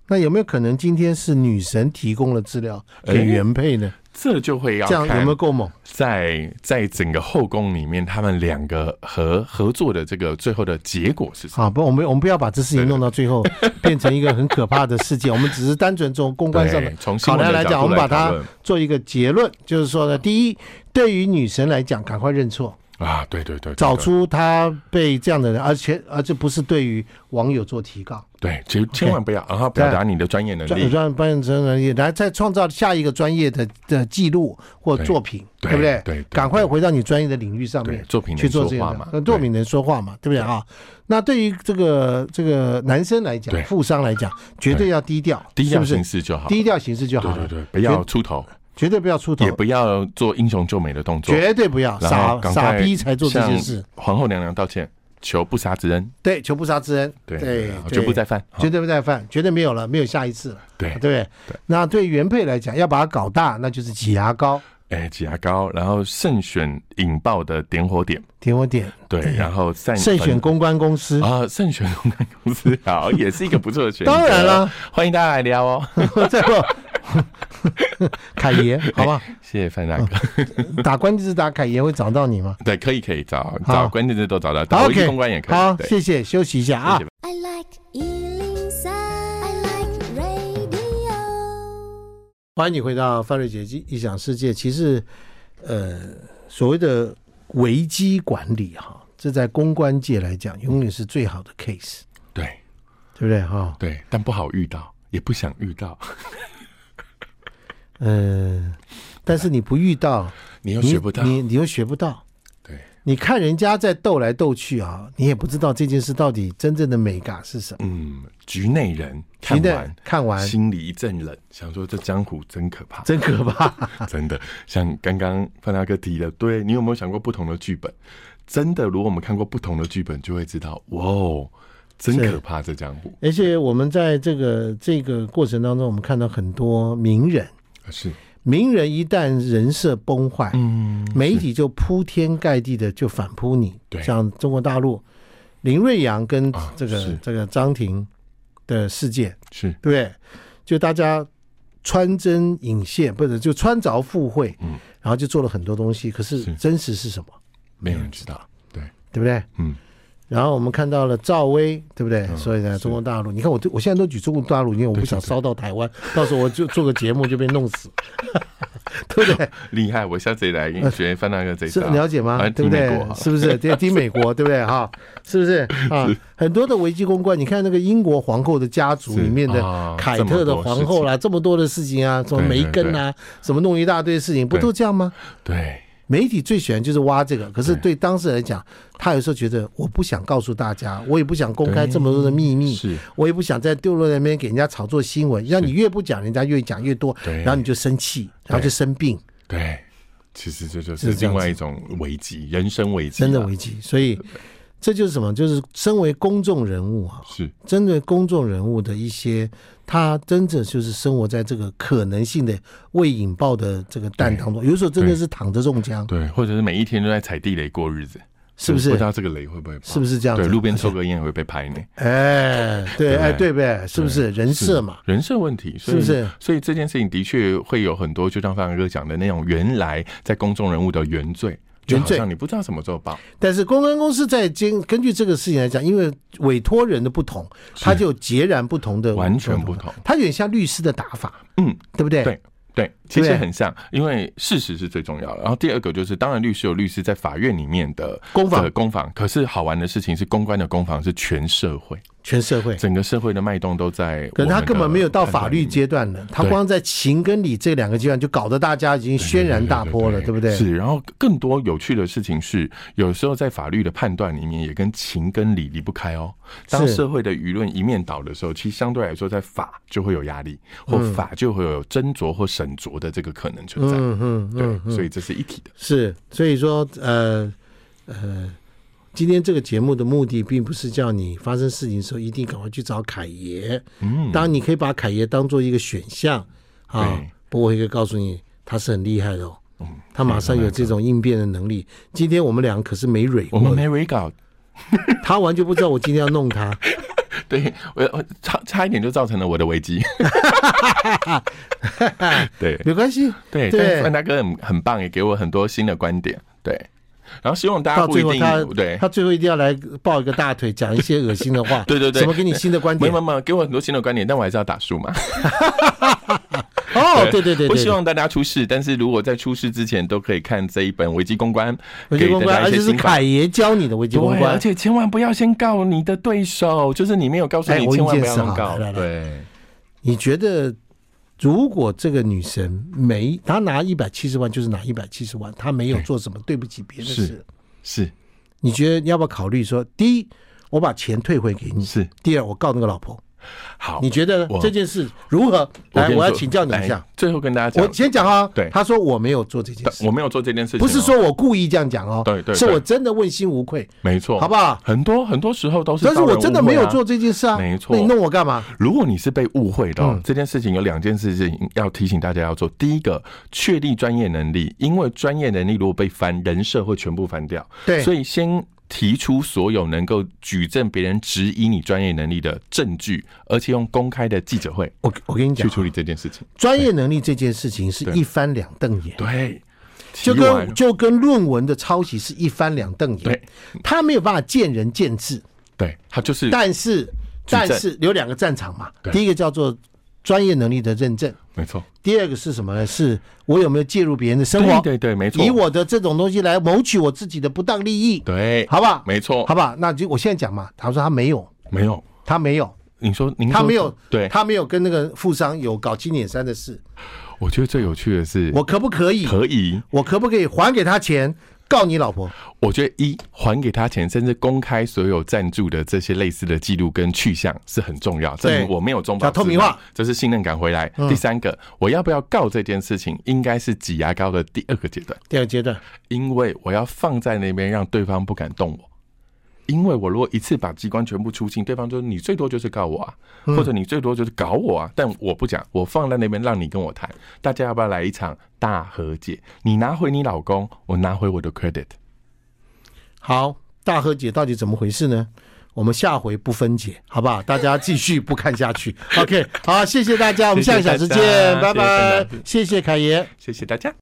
Speaker 1: 那有没有可能今天是女神提供了资料给原配呢？
Speaker 2: 这就会要
Speaker 1: 这样有
Speaker 2: 看
Speaker 1: 没有够猛？
Speaker 2: 在在整个后宫里面，他们两个合合作的这个最后的结果是什么？
Speaker 1: 好，啊不，我们我们不要把这事情弄到最 后变成一个很可怕的事件，我们只是单纯从公关上的
Speaker 2: 对从新
Speaker 1: 考
Speaker 2: 闻
Speaker 1: 量
Speaker 2: 的
Speaker 1: 来
Speaker 2: 角
Speaker 1: 讲，
Speaker 2: 度
Speaker 1: 我们把
Speaker 2: 来讨
Speaker 1: 它
Speaker 2: 论
Speaker 1: 做一个结论，就是说呢，第一，对于女神来讲，赶快认错，
Speaker 2: 啊，对对对，对
Speaker 1: 找
Speaker 2: 对
Speaker 1: 出她被这样的人，而且而这不是对于网友做提告，
Speaker 2: 对，其实千万不要然后表达你的专业能
Speaker 1: 专
Speaker 2: 力。
Speaker 1: 专专业能力，然后再创造下一个专业的的记录或
Speaker 2: 对
Speaker 1: 作品，
Speaker 2: 对
Speaker 1: 不对？
Speaker 2: 对对
Speaker 1: 赶快回到你专业的领域上
Speaker 2: 对
Speaker 1: 面，
Speaker 2: 作品能
Speaker 1: 去做
Speaker 2: 说
Speaker 1: 这
Speaker 2: 话
Speaker 1: 个
Speaker 2: 嘛，
Speaker 1: 呃作品能说话嘛，对不对啊？那对于这个这个男生来讲
Speaker 2: 对，
Speaker 1: 富商来讲，绝对要低调，
Speaker 2: 低
Speaker 1: 是
Speaker 2: 调
Speaker 1: 不
Speaker 2: 行
Speaker 1: 是？
Speaker 2: 事就好。
Speaker 1: 低调行事就好
Speaker 2: 对
Speaker 1: 了
Speaker 2: 对，对，不要出头，
Speaker 1: 绝对不要出头
Speaker 2: 也，不要做英雄救美的动作，
Speaker 1: 绝对不要
Speaker 2: 然后
Speaker 1: 傻
Speaker 2: 赶快
Speaker 1: 傻逼才做这些事
Speaker 2: 向，皇后娘娘道歉，求不杀之恩，
Speaker 1: 对，求不杀之恩，
Speaker 2: 对
Speaker 1: 对
Speaker 2: 然后，
Speaker 1: 对
Speaker 2: 绝不再犯。
Speaker 1: 绝
Speaker 2: 好
Speaker 1: 对不再犯，绝对没有了，没有下一次了，对
Speaker 2: 哎对
Speaker 1: 不，对？那对原配来讲，要把它搞大，那就是挤牙膏、
Speaker 2: 哎，挤牙膏，然后慎选引爆的点火点，
Speaker 1: 点我点，
Speaker 2: 对，然后善
Speaker 1: 慎选公关公司。
Speaker 2: 啊，慎选公关公司好，也是一个不错的选择。
Speaker 1: 当然啦，
Speaker 2: 欢迎大家来聊哦。
Speaker 1: 再不，凯爷，
Speaker 2: 哎
Speaker 1: 好吧，
Speaker 2: 谢谢范大哥，
Speaker 1: 打关键字打凯爷会找到你吗？
Speaker 2: 对，可以可以找
Speaker 1: 好
Speaker 2: 找关键字都找到，
Speaker 1: 好
Speaker 2: 打回去
Speaker 1: ，OK，
Speaker 2: 公关也可以。
Speaker 1: 好，
Speaker 2: 对
Speaker 1: 谢谢，休息一下啊
Speaker 2: 谢谢。
Speaker 3: I like Ealing Sound. I like radio.
Speaker 1: 欢迎你回到范瑞杰机异想世界。其实，呃，所谓的危机管理哈，这在公关界来讲，永远是最好的 case，
Speaker 2: 对
Speaker 1: 对不对哈？
Speaker 2: 对，但不好遇到，也不想遇到，
Speaker 1: 嗯，但是你不遇到，
Speaker 2: 你又
Speaker 1: 你
Speaker 2: 学不到。
Speaker 1: 你你又学不到。
Speaker 2: 对，
Speaker 1: 你看人家在斗来斗去啊，你也不知道这件事到底真正的美感是什么。
Speaker 2: 嗯，局内人看
Speaker 1: 的
Speaker 2: 完，
Speaker 1: 看完
Speaker 2: 心里一阵冷，想说这江湖真可怕，
Speaker 1: 真可怕。
Speaker 2: 真的像刚刚范大哥提的，对你有没有想过不同的剧本？真的，如果我们看过不同的剧本，就会知道，哇哦，真
Speaker 1: 是
Speaker 2: 可怕这江 湖
Speaker 1: 而且我们在这个这个过程当中，我们看到很多名人，
Speaker 2: 是，
Speaker 1: 名人一旦人设崩坏，
Speaker 2: 嗯，
Speaker 1: 媒体就铺天盖地的就反扑你。
Speaker 2: 对
Speaker 1: 像中国大陆林瑞阳跟
Speaker 2: 啊
Speaker 1: 这个、
Speaker 2: 是
Speaker 1: 这个张庭的事件，
Speaker 2: 是，
Speaker 1: 对不对？就大家穿针引线，不是就穿凿附会，
Speaker 2: 嗯，
Speaker 1: 然后就做了很多东西。可是
Speaker 2: 是
Speaker 1: 真实是什么？
Speaker 2: 没有人知道，对，
Speaker 1: 对不对？
Speaker 2: 嗯，
Speaker 1: 然后我们看到了赵薇，对不对？
Speaker 2: 嗯
Speaker 1: 所以呢，
Speaker 2: 是
Speaker 1: 中国大陆，你看我都我现在都举中国大陆，因为我不想烧到台湾，到时候我就做个节目就被弄死， 对不对？
Speaker 2: 厉害，我下次也来跟你学范大哥这 一
Speaker 1: 是
Speaker 2: 招，
Speaker 1: 了解吗
Speaker 2: 啊？
Speaker 1: 对不
Speaker 2: 听美
Speaker 1: 对
Speaker 2: 国？
Speaker 1: 是不是？对，听美 国，对不对？哈，是不是啊？很多的危机公关，你看那个英国皇后的家族
Speaker 2: 是
Speaker 1: 里面的
Speaker 2: 啊
Speaker 1: 凯特的皇后啦，这么多的事情啊，什么
Speaker 2: 对
Speaker 1: 梅
Speaker 2: 对
Speaker 1: 根啊，什么弄一大堆事情，不
Speaker 2: 对
Speaker 1: 都这样吗？
Speaker 2: 对，
Speaker 1: 媒体最喜欢就是挖这个，可是
Speaker 2: 对
Speaker 1: 对当事人来讲，他有时候觉得我不想告诉大家，我也不想公开
Speaker 2: 对
Speaker 1: 这么多的秘密，
Speaker 2: 是
Speaker 1: 我也不想在丢落那边给人家炒作新闻，让你越不讲，人家越讲越多，
Speaker 2: 对
Speaker 1: 然后你就生气，然后就生病，
Speaker 2: 对，其实这就是是
Speaker 1: 这样
Speaker 2: 另外一种危机，人生危机啊，
Speaker 1: 真的危机。所以这就是什么？就是身为公众人物啊，
Speaker 2: 是
Speaker 1: 针对公众人物的一些，他真的就是生活在这个可能性的未引爆的这个蛋当中，有时候真的是躺着中枪。
Speaker 2: 对，或者是每一天都在踩地雷过日子，
Speaker 1: 是不是
Speaker 2: 不知？道这个雷会不会爆？
Speaker 1: 是不是这样子？
Speaker 2: 对，路边抽个烟也会被拍呢。
Speaker 1: 哎，对，
Speaker 2: 对
Speaker 1: 哎，对呗，是不是人设嘛？
Speaker 2: 嗯人设问题，所
Speaker 1: 是
Speaker 2: 以
Speaker 1: 不是？
Speaker 2: 所以这件事情的确会有很多，就像范哥讲的那种，原来在公众人物的原罪，就
Speaker 1: 原
Speaker 2: 好
Speaker 1: 罪
Speaker 2: 像你不知道什么时候报，
Speaker 1: 但是公关公司在经根据这个事情来讲，因为委托人的不同，他就有截然不同的
Speaker 2: 完全不同
Speaker 1: 他有点像律师的打法，
Speaker 2: 嗯，
Speaker 1: 对不对？
Speaker 2: 对对，其实
Speaker 1: 对
Speaker 2: 很像，因为事实是最重要的。然后第二个就是，当然律师有律师在法院里面的
Speaker 1: 攻防
Speaker 2: 的攻防，可是好玩的事情是，公关的攻防是全社会，
Speaker 1: 全社会。
Speaker 2: 整个社会的脉动都在。
Speaker 1: 可是他根本没有到法律，阶段呢，他
Speaker 2: 对
Speaker 1: 光在情跟理这两个阶段就搞得大家已经轩然大波了，对不对？
Speaker 2: 是，然后更多有趣的事情是，有时候在法律的判断里面也跟情跟理离不开哦。当
Speaker 1: 是嗯
Speaker 2: 社会的舆论一面倒的时候，其实相对来说，在法就会有压力，或法就会有斟酌或审酌的这个可能存在。
Speaker 1: 嗯嗯嗯，
Speaker 2: 对，所以这是一体的。
Speaker 1: 是，所以说，呃呃，今天这个节目的目的并不是叫你发生事情的时候一定赶快去找凯爷，
Speaker 2: 嗯，
Speaker 1: 当然你可以把凯爷当做一个选项啊
Speaker 2: 对，嗯
Speaker 1: 不过我可以告诉你，他是很厉害的哦，他马上有这种应变的能力。今天我们俩可是没蕊
Speaker 2: 我
Speaker 1: 过
Speaker 2: 们
Speaker 1: 的，
Speaker 2: 没 re 稿，
Speaker 1: 他完全不知道我今天要弄 他，
Speaker 2: 对我我差差一点就造成了我的 危机。对
Speaker 1: 没关系，
Speaker 2: 对，
Speaker 1: 对
Speaker 2: 但是范大哥很很棒，也给我很多新的观点。对，然后希望大家
Speaker 1: 到
Speaker 2: 不
Speaker 1: 最
Speaker 2: 一
Speaker 1: 后
Speaker 2: 定
Speaker 1: 他
Speaker 2: 对。
Speaker 1: 他最后一定要来抱一个大腿，讲一些恶心的话，
Speaker 2: 对对对
Speaker 1: 什么给你新的观
Speaker 2: 没
Speaker 1: 点
Speaker 2: 有？没有，给我很多新的观点，但我还是要打输嘛。
Speaker 1: 哦，对 对对，
Speaker 2: 不
Speaker 1: 对
Speaker 2: 希望大家出事，但是如果在出事之前，都可以看这一本《危机公关》，
Speaker 1: 危机
Speaker 2: 给
Speaker 1: 公
Speaker 2: 大
Speaker 1: 关，
Speaker 2: 家
Speaker 1: 而
Speaker 2: 一
Speaker 1: 且
Speaker 2: 些
Speaker 1: 是
Speaker 2: 新法
Speaker 1: 凯。爷教你的危机公
Speaker 2: 对，而
Speaker 1: 关。
Speaker 2: 且千万不要先告你的对手，就是你没有告诉
Speaker 1: 哎
Speaker 2: 你，
Speaker 1: 我
Speaker 2: 千万
Speaker 1: 一
Speaker 2: 不
Speaker 1: 件
Speaker 2: 要
Speaker 1: 事
Speaker 2: 乱
Speaker 1: 哈
Speaker 2: 告
Speaker 1: 来来。来
Speaker 2: 对，
Speaker 1: 你觉得，如果这个女神没她拿一百七十万，就是拿一百七十万，她没有做什么对不起别人的
Speaker 2: 是
Speaker 1: 事，
Speaker 2: 是
Speaker 1: 你觉得你要不要考虑说，第一，我把钱退回给你；
Speaker 2: 是，
Speaker 1: 第二，我告那个老婆。
Speaker 2: 好，
Speaker 1: 你觉得呢
Speaker 2: 我
Speaker 1: 这件事如何？来，
Speaker 2: 跟
Speaker 1: 我要
Speaker 2: 说
Speaker 1: 请教你
Speaker 2: 来
Speaker 1: 一下。
Speaker 2: 最后跟大家讲，
Speaker 1: 我先讲啊，
Speaker 2: 对
Speaker 1: 他说我没有做这件事，
Speaker 2: 我没有做这件事情哦，
Speaker 1: 不是说我故意这样讲哦，
Speaker 2: 对对
Speaker 1: 是
Speaker 2: 对哦
Speaker 1: 我真的问心无愧，
Speaker 2: 没错，
Speaker 1: 好不好？
Speaker 2: 很多很多时候都是遭
Speaker 1: 但
Speaker 2: 人
Speaker 1: 是
Speaker 2: 误会啊，
Speaker 1: 我真的没有做这件事啊，
Speaker 2: 没错
Speaker 1: 那你弄我干嘛？
Speaker 2: 如果你是被误会的、哦
Speaker 1: 嗯
Speaker 2: 这件事情有两件事情要提醒大家要做。第一个，确立专业能力，因为专业能力如果被翻，人设会全部翻掉。
Speaker 1: 对
Speaker 2: 所以先提出所有能够举证别人质疑你专业能力的证据，而且用公开的记者会
Speaker 1: 我我跟你
Speaker 2: 去
Speaker 1: 讲，
Speaker 2: 处理这件事情。
Speaker 1: 专业能力这件事情是
Speaker 2: 对
Speaker 1: 一翻两瞪眼，
Speaker 2: 对，
Speaker 1: 就
Speaker 2: 提完
Speaker 1: 跟就跟论文的抄袭是一翻两瞪眼
Speaker 2: 对，
Speaker 1: 他没有办法见仁见智，
Speaker 2: 对他就是
Speaker 1: 但是
Speaker 2: 证
Speaker 1: 但是有两个战场嘛，
Speaker 2: 对
Speaker 1: 第一个叫做专业能力的认证，
Speaker 2: 没错，
Speaker 1: 第二个是什么呢？是我有没有介入别人的生活，
Speaker 2: 对对对，没错，
Speaker 1: 以我的这种东西来谋取我自己的不当利益，
Speaker 2: 对，
Speaker 1: 好不好？
Speaker 2: 没错，
Speaker 1: 好不好？那就我现在讲嘛，他说他没有，
Speaker 2: 没有。
Speaker 1: 他没有，
Speaker 2: 你说您
Speaker 1: 他
Speaker 2: 说
Speaker 1: 没有，
Speaker 2: 对，
Speaker 1: 他没有跟那个富商有搞七捻三的事，
Speaker 2: 我觉得最有趣的是，
Speaker 1: 我可不可以？
Speaker 2: 可以
Speaker 1: 我可不可以还给他钱？告你老婆？
Speaker 2: 我觉得一还给他钱，甚至公开所有赞助的这些类似的记录跟去向是很重要。
Speaker 1: 对
Speaker 2: 这我没有中
Speaker 1: 要
Speaker 2: 保
Speaker 1: 透明
Speaker 2: 之难
Speaker 1: 化，嗯
Speaker 2: 这是信任感回来。第三个，我要不要告这件事情，应该是挤牙膏的第二个阶段，
Speaker 1: 第二阶段，
Speaker 2: 因为我要放在那边，让对方不敢动我。因为我如果一次把机关全部出清，对方就你最多就是告我啊，
Speaker 1: 嗯
Speaker 2: 或者你最多就是搞我啊，但我不讲，我放在那边让你跟我谈。大家要不要来一场大和解？你拿回你老公，我拿回我的 credit。
Speaker 1: 好，大和解到底怎么回事呢？我们下回不分解，好不好？大家继续不看下 去。OK，好，谢谢大家，我们下个小时
Speaker 2: 谢谢
Speaker 1: 见，拜
Speaker 2: 大家
Speaker 1: 拜
Speaker 2: 谢
Speaker 1: 谢
Speaker 2: 谢大家，
Speaker 1: 谢凯爷。
Speaker 2: 谢谢大家。